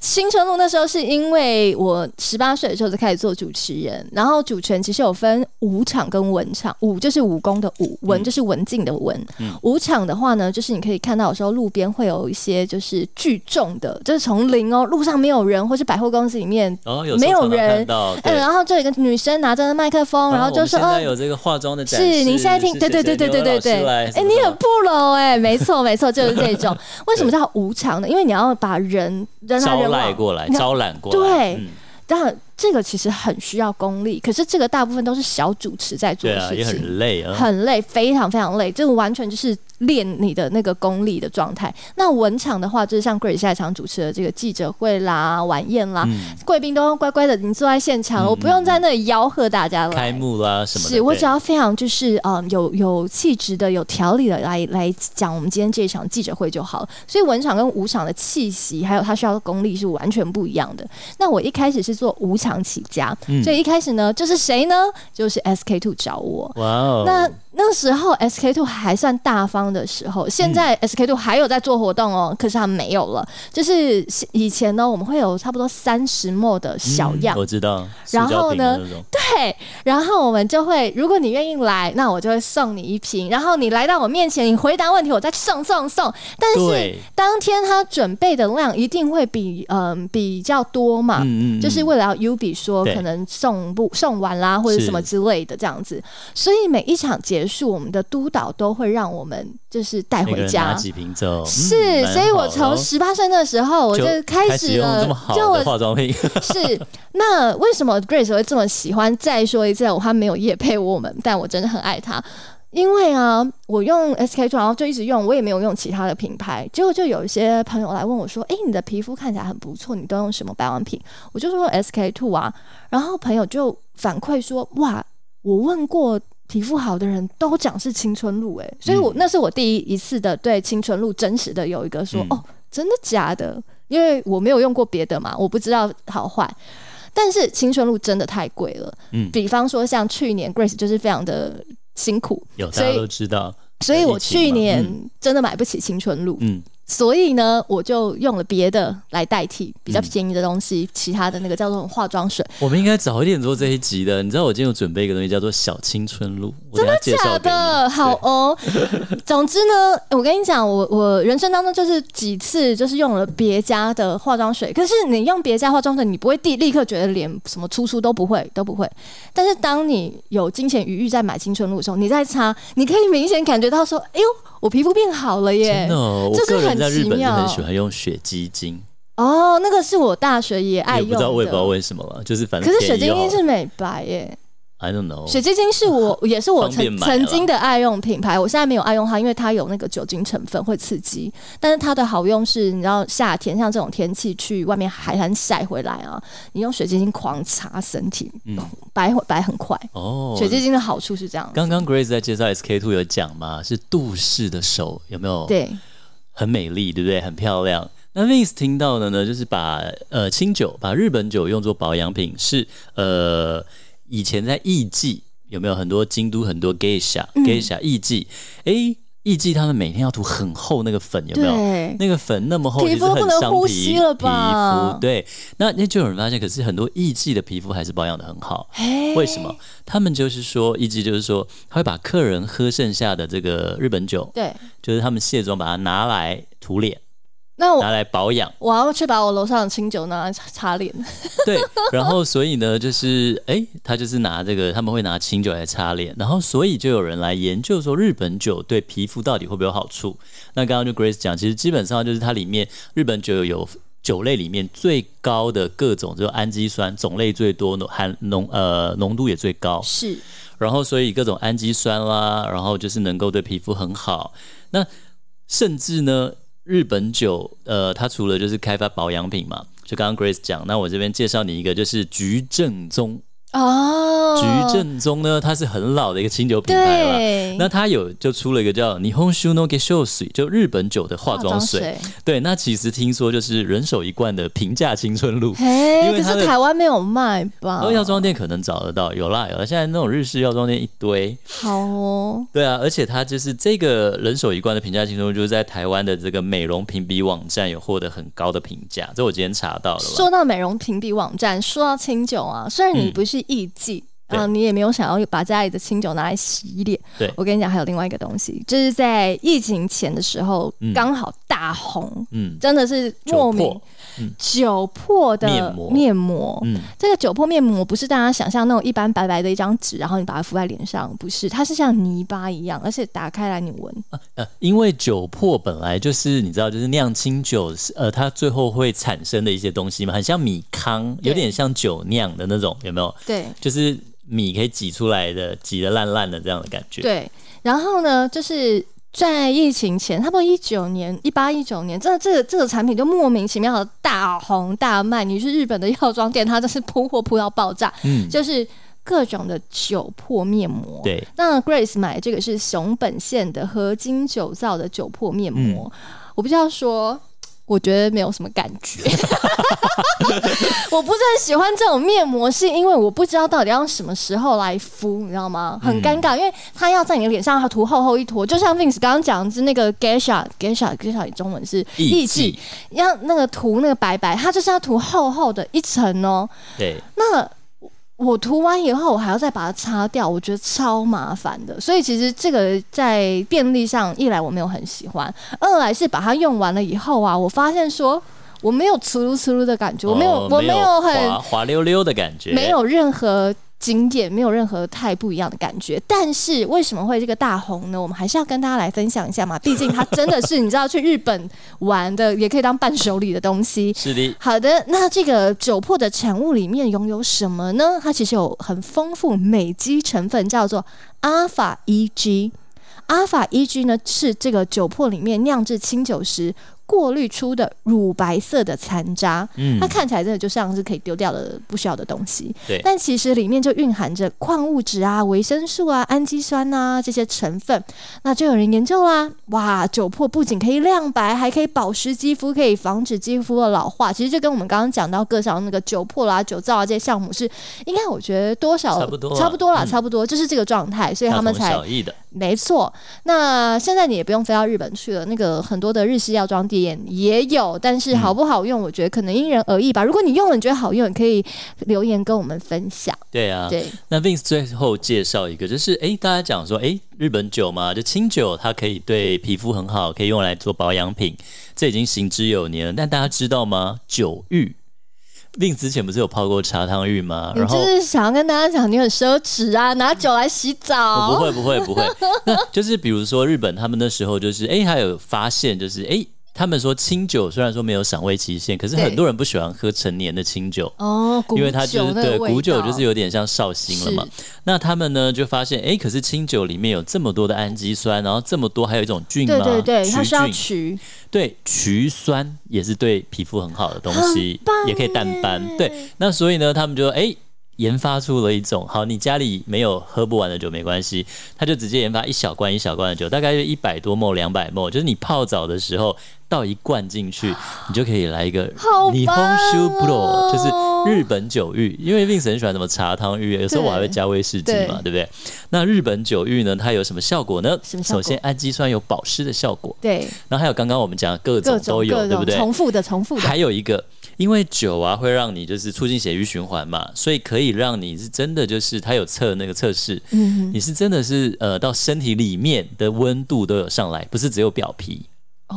Speaker 2: 新春路那时候是因为我十八岁的时候就开始做主持人，然后主持人其实有分武场跟文场，武就是武功的
Speaker 1: 嗯
Speaker 2: 武，文就是文静的文。武场的话呢，就是你可以看到有时候路边会有一些就是聚众的，就是从零哦，路上没有人，或是百货公司里面。
Speaker 1: 哦，有时候
Speaker 2: 没有
Speaker 1: 常常
Speaker 2: 人
Speaker 1: 看到，
Speaker 2: 嗯，
Speaker 1: 对
Speaker 2: 然后就有一个女生拿着麦克风，然后就说：“
Speaker 1: 我们现在
Speaker 2: 哦，
Speaker 1: 有这个化妆的展示，
Speaker 2: 是，您现在听，对对对对对对对，
Speaker 1: 哎
Speaker 2: 哎、你很不柔哎、没错没错，就是这 种。为什么叫无常呢？因为你要把人人来
Speaker 1: 招
Speaker 2: 人
Speaker 1: 来
Speaker 2: 往，
Speaker 1: 过来，
Speaker 2: 你看
Speaker 1: 招揽过来，
Speaker 2: 对
Speaker 1: 嗯
Speaker 2: 当然这个其实很需要功力，可是这个大部分都是小主持在做
Speaker 1: 对
Speaker 2: 的
Speaker 1: 啊，
Speaker 2: 事
Speaker 1: 也
Speaker 2: 情。
Speaker 1: 很累啊。
Speaker 2: 很累，非常非常累，这个完全就是练你的那个功力的状态。那文场的话，就是像 Grace 下一场主持的这个记者会啦、晚宴啦，
Speaker 1: 嗯，
Speaker 2: 贵宾都乖乖的，你坐在现场，我不用在那里吆喝大家了。
Speaker 1: 开幕啦什么的，
Speaker 2: 是我
Speaker 1: 对
Speaker 2: 只要非常就是嗯有有气质的、有条理的来来讲我们今天这一场记者会就好了。所以文场跟武场的气息，还有他需要的功力是完全不一样的。那我一开始是做武场起家，
Speaker 1: 嗯
Speaker 2: 所以一开始呢，就是谁呢？就是 SK two 找我。
Speaker 1: 哇哦，
Speaker 2: 那那时候 SK two 还算大方的时候，现在
Speaker 1: 嗯
Speaker 2: SK two 还有在做活动哦，可是他没有了。就是以前呢，我们会有差不多三十末的小
Speaker 1: 嗯
Speaker 2: 样，
Speaker 1: 我知道，
Speaker 2: 然
Speaker 1: 塑胶
Speaker 2: 后
Speaker 1: 瓶的
Speaker 2: 呢
Speaker 1: 那种
Speaker 2: 对，然后我们就会，如果你愿意来，那我就会送你一瓶。然后你来到我面前，你回答问题，我再送送送。但是
Speaker 1: 对，
Speaker 2: 当天他准备的量一定会比嗯比较多嘛，
Speaker 1: 嗯
Speaker 2: 啊就是为了要 U 比说
Speaker 1: 对
Speaker 2: 可能送不送完啦，或者
Speaker 1: 是
Speaker 2: 什么之类的这样子。所以每一场结束，我们的督导都会让我们就是带
Speaker 1: 每个
Speaker 2: 回
Speaker 1: 人
Speaker 2: 家
Speaker 1: 拿。几瓶走，嗯
Speaker 2: 是，
Speaker 1: 蛮
Speaker 2: 所以
Speaker 1: 好
Speaker 2: 我
Speaker 1: 的
Speaker 2: 从
Speaker 1: 哦
Speaker 2: 十八岁那时候我就
Speaker 1: 就
Speaker 2: 开
Speaker 1: 开
Speaker 2: 始
Speaker 1: 用
Speaker 2: 了
Speaker 1: 这么，好
Speaker 2: 就我
Speaker 1: 的化妆品，
Speaker 2: 是，那为什么 Grace 会这么喜欢？再说一次，我他没有夜配我们，但我真的很爱他。因为啊，我用 SK two，然后就一直用，我也没有用其他的品牌。结果就有一些朋友来问我说：“诶，你的皮肤看起来很不错，你都用什么保养品？”我就说 SK two 啊，然后朋友就反馈说：“哇，我问过皮肤好的人都讲是青春露、欸，诶，所以我、
Speaker 1: 嗯
Speaker 2: 那是我第一次的对青春露真实的有一个说、
Speaker 1: 嗯
Speaker 2: 哦，真的假的？因为我没有用过别的嘛，我不知道好坏。但是青春露真的太贵了，
Speaker 1: 嗯，
Speaker 2: 比方说像去年 Grace 就是非常的辛苦，
Speaker 1: 有
Speaker 2: 所
Speaker 1: 大家
Speaker 2: 以
Speaker 1: 都知道，
Speaker 2: 所以我去
Speaker 1: 疫
Speaker 2: 年
Speaker 1: 情
Speaker 2: 真的买不起青春露，
Speaker 1: 嗯，
Speaker 2: 所以呢，我就用了别的来代替比
Speaker 1: 嗯
Speaker 2: 较便宜的东西，其他的那个叫做化妆水，
Speaker 1: 我们应该早一点做这一集的。你知道我今天有准备一个东西叫做小青春露，我等一下介
Speaker 2: 假
Speaker 1: 绍给
Speaker 2: 的
Speaker 1: 你。
Speaker 2: 好 哦。总之呢，我跟你讲，我我人生当中就是几次就是用了别家的化妆水，可是你用别家化妆水，你不会立立刻觉得脸什么粗粗都不会都不会，但是当你有金钱余裕在买青春露的时候，你再擦，你可以明显感觉到说，哎呦，我皮肤变好了耶
Speaker 1: 真的、。哦，我
Speaker 2: 这是
Speaker 1: 个人
Speaker 2: 很
Speaker 1: 在日
Speaker 2: 奇
Speaker 1: 本是
Speaker 2: 妙
Speaker 1: 很喜欢用雪肌精，
Speaker 2: 哦，那个是我大学也爱
Speaker 1: 也
Speaker 2: 用
Speaker 1: 不知道我也不知道
Speaker 2: 哎的。
Speaker 1: 为什么了，就是反
Speaker 2: 可
Speaker 1: 正
Speaker 2: 是水
Speaker 1: 便宜
Speaker 2: 晶
Speaker 1: 就好
Speaker 2: 晶
Speaker 1: 了
Speaker 2: 是美白耶，
Speaker 1: I don't know，
Speaker 2: 水晶晶是 我也是我
Speaker 1: 哦方便
Speaker 2: 曾
Speaker 1: 买啦
Speaker 2: 曾经的爱用品牌，我现在没有爱用它，因为它有那个酒精成分会刺激。但是它的好用是，你知道夏天像这种天气去外面海滩晒回来啊，你用水晶晶狂擦身体，
Speaker 1: 嗯
Speaker 2: 白会白很快。
Speaker 1: 哦，
Speaker 2: 水晶晶的好处是这样，
Speaker 1: 刚刚 Grace 在介绍 SK two 有讲嘛，是杜氏的手有没有？，
Speaker 2: 对，
Speaker 1: 很美丽，对不对？很漂亮。那 Vince 听到的呢，就是把呃清酒，把日本酒用作保养品，是呃以前在艺妓有没有很多京都很多 geisha、geisha
Speaker 2: 嗯
Speaker 1: 艺妓，诶，艺妓他们每天要涂很厚那个粉，有没有？
Speaker 2: 对，
Speaker 1: 那个粉那么厚，
Speaker 2: 皮肤
Speaker 1: 其实
Speaker 2: 不
Speaker 1: 很
Speaker 2: 能
Speaker 1: 伤
Speaker 2: 呼
Speaker 1: 皮
Speaker 2: 吸了吧
Speaker 1: 皮肤对，那那就有人发现，可是很多艺妓的皮肤还是保养的很好。
Speaker 2: 哎
Speaker 1: 为什么？他们就是说，艺妓就是说，他会把客人喝剩下的这个日本酒，
Speaker 2: 对，
Speaker 1: 就是他们卸妆把它拿来涂脸，
Speaker 2: 那我
Speaker 1: 拿来保养。
Speaker 2: 我要去把我楼上的清酒拿来擦擦脸，
Speaker 1: 哦对，然后所以呢，就是哎，他就是拿这个，他们会拿清酒来擦脸，然后所以就有人来研究说日本酒对皮肤到底会不会有好处。那刚刚就 Grace 讲，其实基本上就是它里面日本酒有酒类里面最高的各种，就是氨基酸种类最多，浓含浓呃浓度也最高。
Speaker 2: 是
Speaker 1: 然后所以各种氨基酸啦，然后就是能够对皮肤很好。那甚至呢，日本酒，呃，它除了就是开发保养品嘛，就刚刚 Grace 讲，那我这边介绍你一个，就是菊正宗。
Speaker 2: 哦，
Speaker 1: 菊正宗呢，它是很老的一个清酒品牌了。
Speaker 2: 对，
Speaker 1: 那它有就出了一个叫 Nihonshu no g e s h o s u 就日本酒的化
Speaker 2: 化
Speaker 1: 妆
Speaker 2: 妆
Speaker 1: 水。，对，那其实听说就是人手一罐的平价青春露。因
Speaker 2: 嘿，
Speaker 1: 为
Speaker 2: 可
Speaker 1: 它的哦
Speaker 2: 是台湾没有卖吧
Speaker 1: 然后？药妆店可能找得到，有啦有啦，现在那种日式药妆店一堆。
Speaker 2: 好哦，
Speaker 1: 对啊，而且它就是这个人手一罐的平价青春露，就是在台湾的这个美容评比网站有获得很高的评价，这我今天查到了啦。
Speaker 2: 说到美容评比网站，说到清酒啊，虽然你不是艺妓。
Speaker 1: 嗯对
Speaker 2: 啊，你也没有想要把家里的清酒拿来洗脸。
Speaker 1: 对
Speaker 2: 我跟你讲，还有另外一个东西，就是在疫情前的时候
Speaker 1: 嗯
Speaker 2: 刚好大红，
Speaker 1: 嗯，
Speaker 2: 真的是莫
Speaker 1: 酒
Speaker 2: 名
Speaker 1: 粕，
Speaker 2: 酒粕的
Speaker 1: 面膜
Speaker 2: 面膜
Speaker 1: 嗯，
Speaker 2: 这个酒粕面膜不是大家想象那种一般白白的一张纸，然后你把它敷在脸上，不是，它是像泥巴一样，而且打开来你闻，
Speaker 1: 呃，因为酒粕本来就是你知道，就是酿清酒，呃，它最后会产生的一些东西嘛，很像米糠，有
Speaker 2: 对
Speaker 1: 点像酒酿的那种，有没有？
Speaker 2: 对
Speaker 1: 就是米可以挤出来的，挤得烂烂的这样的感觉。，
Speaker 2: 对。然后呢，就是在疫情前，差不多一九年、一八一九年，真的这个这个产品就莫名其妙的大红大卖。你去日本的药妆店，它真是铺货铺到爆炸，
Speaker 1: 嗯，
Speaker 2: 就是各种的酒粕面膜，
Speaker 1: 对，
Speaker 2: 那 Grace 买这个是熊本县的合金酒造的酒粕面膜，我不知道说。我觉得没有什么感觉， 我不是很喜欢这种面膜，是因为我不知道到底要什么时候来敷，你知道吗？很尴尬，因为它要在你的脸上它涂厚厚一坨，就像 Vince 刚刚讲的是那个 Gesha Gesha Gesha，中文是
Speaker 1: 艺
Speaker 2: 妓
Speaker 1: 妓，
Speaker 2: 要那个涂那个白白，它就是要涂厚厚的一层哦、
Speaker 1: 对，
Speaker 2: 那我我涂完以后，我还要再把它擦掉，我觉得超麻烦的。所以其实这个在便利上，一来我没有很喜欢，二来是把它用完了以后啊，我发现说我没有呲噜呲噜的感觉，我没有，
Speaker 1: 哦
Speaker 2: 我没有很
Speaker 1: 滑滑溜溜的感觉，
Speaker 2: 没有任何经验，没有任何太不一样的感觉。但是为什么会这个大红呢？我们还是要跟大家来分享一下嘛，毕竟它真的是你知道去日本玩的，也可以当伴手礼的东西。
Speaker 1: 是的，
Speaker 2: 好的，那这个酒粕的产物里面拥有什么呢？它其实有很丰富美肌成分，叫做阿法 EG。阿法 EG 呢是这个酒粕里面酿制清酒时过滤出的乳白色的残渣，
Speaker 1: 嗯
Speaker 2: 它，看起来真的就像是可以丢掉的不需要的东西。
Speaker 1: 对
Speaker 2: 但其实里面就蕴含着矿物质啊、维生素啊、氨基酸啊这些成分。那就有人研究啦，哇，酒粕不仅可以亮白，还可以保湿肌肤，可以防止肌肤的老化。其实就跟我们刚刚讲到各项那个酒粕啦、酒皂啊这些项目是，应该我觉得多少
Speaker 1: 差不多啊
Speaker 2: 差不多啦，
Speaker 1: 嗯
Speaker 2: 差不多就是这个状态，所以他们
Speaker 1: 大同
Speaker 2: 才
Speaker 1: 小异的，
Speaker 2: 没错，那现在你也不用飞到日本去了，那个很多的日系药妆店也有，但是好不好用，我觉得可能因人而异吧。如果你用了你觉得好用，你可以留言跟我们分享。
Speaker 1: 对啊，
Speaker 2: 对，
Speaker 1: 那 Vince 最后介绍一个，就是诶，大家讲说，诶，日本酒嘛，就清酒，它可以对皮肤很好，可以用来做保养品，这已经行之有年了。但大家知道吗？酒浴，Vince 之前不是有泡过茶汤浴吗？
Speaker 2: 你
Speaker 1: 然后
Speaker 2: 就是想要跟大家讲，你很奢侈啊，拿酒来洗
Speaker 1: 我哦不
Speaker 2: 澡。
Speaker 1: 会，不会，不 会。那就是比如说日本，他们那时候就是，哎、还有发现就是，哎、他们说清酒虽然说没有赏味期限，可是
Speaker 2: 对
Speaker 1: 很多人不喜欢喝成年的清酒。
Speaker 2: 哦，古
Speaker 1: 因为它就
Speaker 2: 酒
Speaker 1: 是
Speaker 2: 那个
Speaker 1: 对
Speaker 2: 味道
Speaker 1: 古酒就是有点像绍兴了嘛，那他们呢就发现，哎，可是清酒里面有这么多的氨基酸，然后这么多还有一种菌嘛，
Speaker 2: 对对对，
Speaker 1: 曲
Speaker 2: 它是要
Speaker 1: 菌
Speaker 2: 取
Speaker 1: 对，曲酸也是对皮肤很好的东西
Speaker 2: 很棒，
Speaker 1: 也可以淡斑。对，那所以呢，他们就哎。研发出了一种好，你家里没有喝不完的酒没关系，他就直接研发一小罐一小罐的酒，大概就一百多沫、两百沫，就是你泡澡的时候倒一罐进 去，你就可以来一个
Speaker 2: 好
Speaker 1: 你
Speaker 2: 棒
Speaker 1: Honshu
Speaker 2: 哦
Speaker 1: Pro，就是日本酒浴。因为 Vince 很喜欢什么茶汤浴，有时候我还会加威士忌嘛，对不对？那日本酒浴呢，它有什么效果呢？
Speaker 2: 什么效果
Speaker 1: 首先，氨基酸有保湿的效果，
Speaker 2: 对
Speaker 1: 然后还有刚刚我们讲的各
Speaker 2: 各
Speaker 1: 种
Speaker 2: 种
Speaker 1: 都有，
Speaker 2: 各
Speaker 1: 对不
Speaker 2: 种
Speaker 1: 对？
Speaker 2: 重复的重复的，
Speaker 1: 还有一个，因为酒啊会让你就是促进血液循环嘛，所以可以让你是真的就是它有测那个测试，
Speaker 2: 嗯
Speaker 1: 你是真的是呃到身体里面的温度都有上来，不是只有表皮。
Speaker 2: 哦，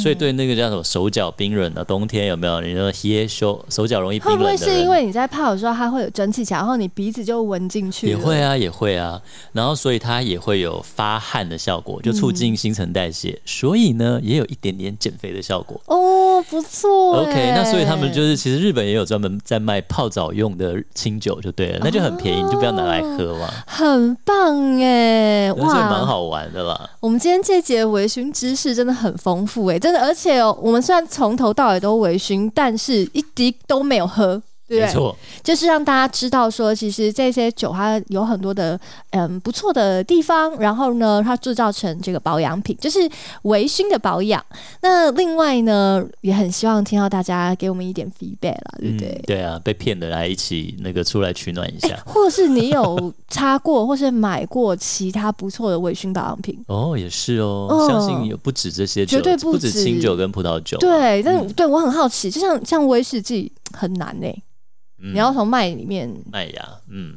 Speaker 1: 所以对那个叫什么手脚冰冷的冬天有没有？你说耶手手脚容易冰
Speaker 2: 会
Speaker 1: 冷
Speaker 2: 不
Speaker 1: 的人，
Speaker 2: 会是因为你在泡的时候，它会有蒸汽起来，然后你鼻子就闻进去了？
Speaker 1: 也会啊，也会啊，然后所以它也会有发汗的效果，就促进新陈代谢，所以呢也有一点点减肥的效果。
Speaker 2: 哦，不错欸。
Speaker 1: OK，那所以他们就是其实日本也有专门在卖泡澡用的清酒就对了，那就很便宜，你就不要拿来喝嘛，
Speaker 2: 很棒哎，
Speaker 1: 那所以蛮
Speaker 2: 哇！
Speaker 1: 好玩的啦。
Speaker 2: 我们今天这节微醺知识真的很丰富哎，真的，而且哦，我们虽然从头到尾都微醺，但是一滴都没有喝。对不
Speaker 1: 没
Speaker 2: 对，
Speaker 1: 错，
Speaker 2: 就是让大家知道说，其实这些酒它有很多的嗯不错的地方，然后呢，它制造成这个保养品，就是微醺的保养。那另外呢，也很希望听到大家给我们一点 feedback 啦，对不对？
Speaker 1: 嗯，对啊，被骗的来一起那个出来取暖一下。
Speaker 2: 或是你有擦过，或是买过其他不错的微醺保养品？
Speaker 1: 哦，也是哦，
Speaker 2: 嗯
Speaker 1: 相信有不止这些酒，
Speaker 2: 绝对不
Speaker 1: 止
Speaker 2: 止
Speaker 1: 清酒跟葡萄酒啊、
Speaker 2: 对，但、对我很好奇，就像像威士忌很难呢、
Speaker 1: 嗯
Speaker 2: 你要从麦里 面，
Speaker 1: 麦芽，嗯，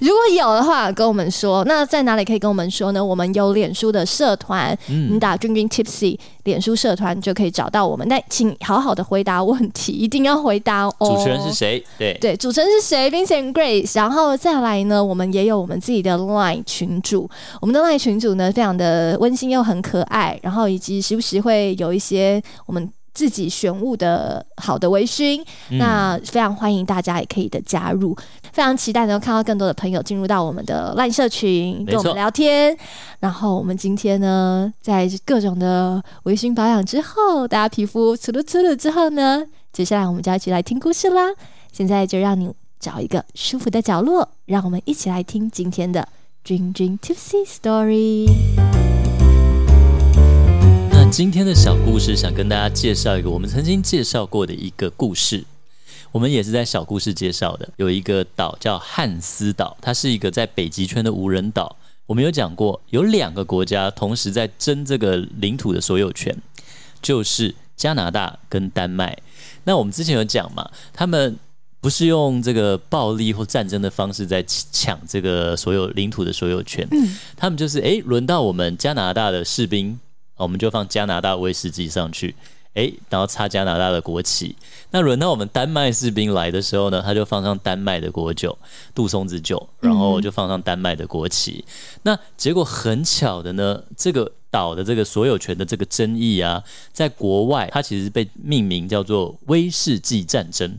Speaker 2: 如果有的话跟我们说。那在哪里可以跟我们说呢？我们有脸书的社团，
Speaker 1: 嗯
Speaker 2: 你打“君君 Tipsy” 脸书社团就可以找到我们。但请好好的回答问题，一定要回答哦。
Speaker 1: 主持人是谁？对，
Speaker 2: 对，主持人是谁？Vincent Grace。然后再来呢，我们也有我们自己的 LINE 群主，我们的 LINE 群主呢非常的温馨又很可爱，然后以及时不时会有一些我们。自己选物的好的微醺，
Speaker 1: 嗯
Speaker 2: 那非常欢迎大家也可以的加入，非常期待能够看到更多的朋友进入到我们的 LINE 社群，
Speaker 1: 没
Speaker 2: 跟我们
Speaker 1: 错
Speaker 2: 聊天。然后我们今天呢，在各种的微醺保养之后，大家皮肤粗噜粗噜之后呢，接下来我们就要一起来听故事啦。现在就让你找一个舒服的角落，让我们一起来听今天的 Dream Dream Tipsy Story。
Speaker 1: 那今天的小故事想跟大家介绍一个我们曾经介绍过的一个故事，我们也是在小故事介绍的。有一个岛叫汉斯岛，它是一个在北极圈的无人岛。我们有讲过，有两个国家同时在争这个领土的所有权，就是加拿大跟丹麦。那我们之前有讲嘛，他们不是用这个暴力或战争的方式在抢这个所有领土的所有权，他们就是诶，轮到我们加拿大的士兵，我们就放加拿大威士忌上去，诶，然后插加拿大的国旗。那轮到我们丹麦士兵来的时候呢，他就放上丹麦的国酒杜松子酒，然后就放上丹麦的国旗。那结果很巧的呢，这个岛的这个所有权的这个争议啊，在国外它其实被命名叫做威士忌战争。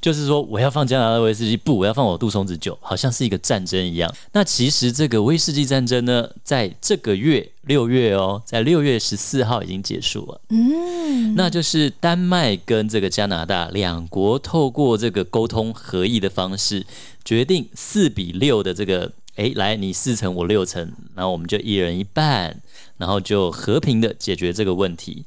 Speaker 1: 就是说，我要放加拿大威士忌，不，我要放我杜松子酒，好像是一个战争一样。那其实这个威士忌战争呢，在这个月六月哦，在六月十四号已经结束了。
Speaker 2: 嗯，
Speaker 1: 那就是丹麦跟这个加拿大两国透过这个沟通合议的方式，决定四比六的这个，诶，来你四成我六成，然后我们就一人一半，然后就和平的解决这个问题。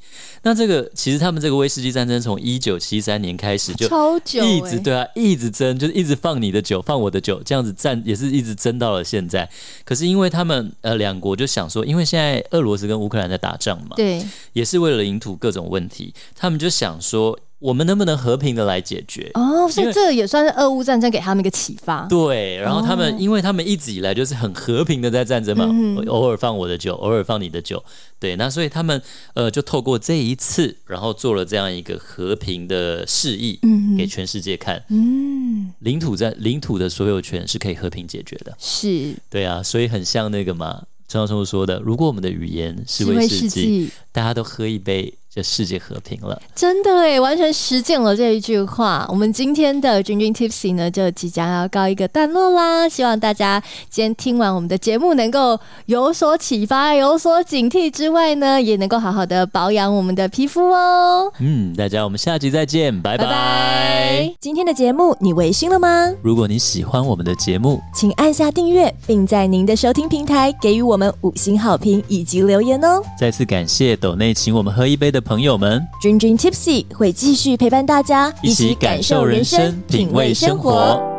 Speaker 1: 那这个其实他们这个威士忌战争从一九七三年开始就
Speaker 2: 超久、欸，
Speaker 1: 一直对啊，一直争，就是一直放你的酒，放我的酒，这样子战也是一直争到了现在。可是因为他们呃两国就想说，因为现在俄罗斯跟乌克兰在打仗嘛，
Speaker 2: 对
Speaker 1: 也是为了领土各种问题，他们就想说，我们能不能和平的来解决？
Speaker 2: 哦，所
Speaker 1: 因
Speaker 2: 以
Speaker 1: 为
Speaker 2: 这也算是俄乌战争给他们一个启发。
Speaker 1: 对，然后他们、
Speaker 2: 哦
Speaker 1: 因为他们一直以来就是很和平的在战争嘛，
Speaker 2: 嗯哼
Speaker 1: 偶尔放我的酒，偶尔放你的酒，对，那所以他们呃就透过这一次，然后做了这样一个和平的示意
Speaker 2: 嗯
Speaker 1: 给
Speaker 2: 哼
Speaker 1: 全世界看，
Speaker 2: 嗯，
Speaker 1: 领土在领土的所有权是可以和平解决的。
Speaker 2: 是
Speaker 1: 对啊，所以很像那个嘛，陈小春说的，如果我们的语言是威士忌，
Speaker 2: 忌，
Speaker 1: 大家都喝一杯，就世界和平了。
Speaker 2: 真的哎，完全实践了这一句话。我们今天的君君 Tipsy 呢，就即将要告一个段落啦。希望大家今天听完我们的节目，能够有所启发、有所警惕之外呢，也能够好好的保养我们的皮肤哦。
Speaker 1: 嗯，大家我们下集再见，拜拜。
Speaker 2: 拜拜！
Speaker 3: 今天的节目你微醺了吗？
Speaker 1: 如果你喜欢我们的节目，
Speaker 3: 请按下订阅，并在您的收听平台给予我们五星好评以及留言哦。
Speaker 1: 再次感谢斗内请我们喝一杯的朋友们，
Speaker 3: 君君 Tipsy 会继续陪伴大家，
Speaker 1: 一起感受人生，品味生活。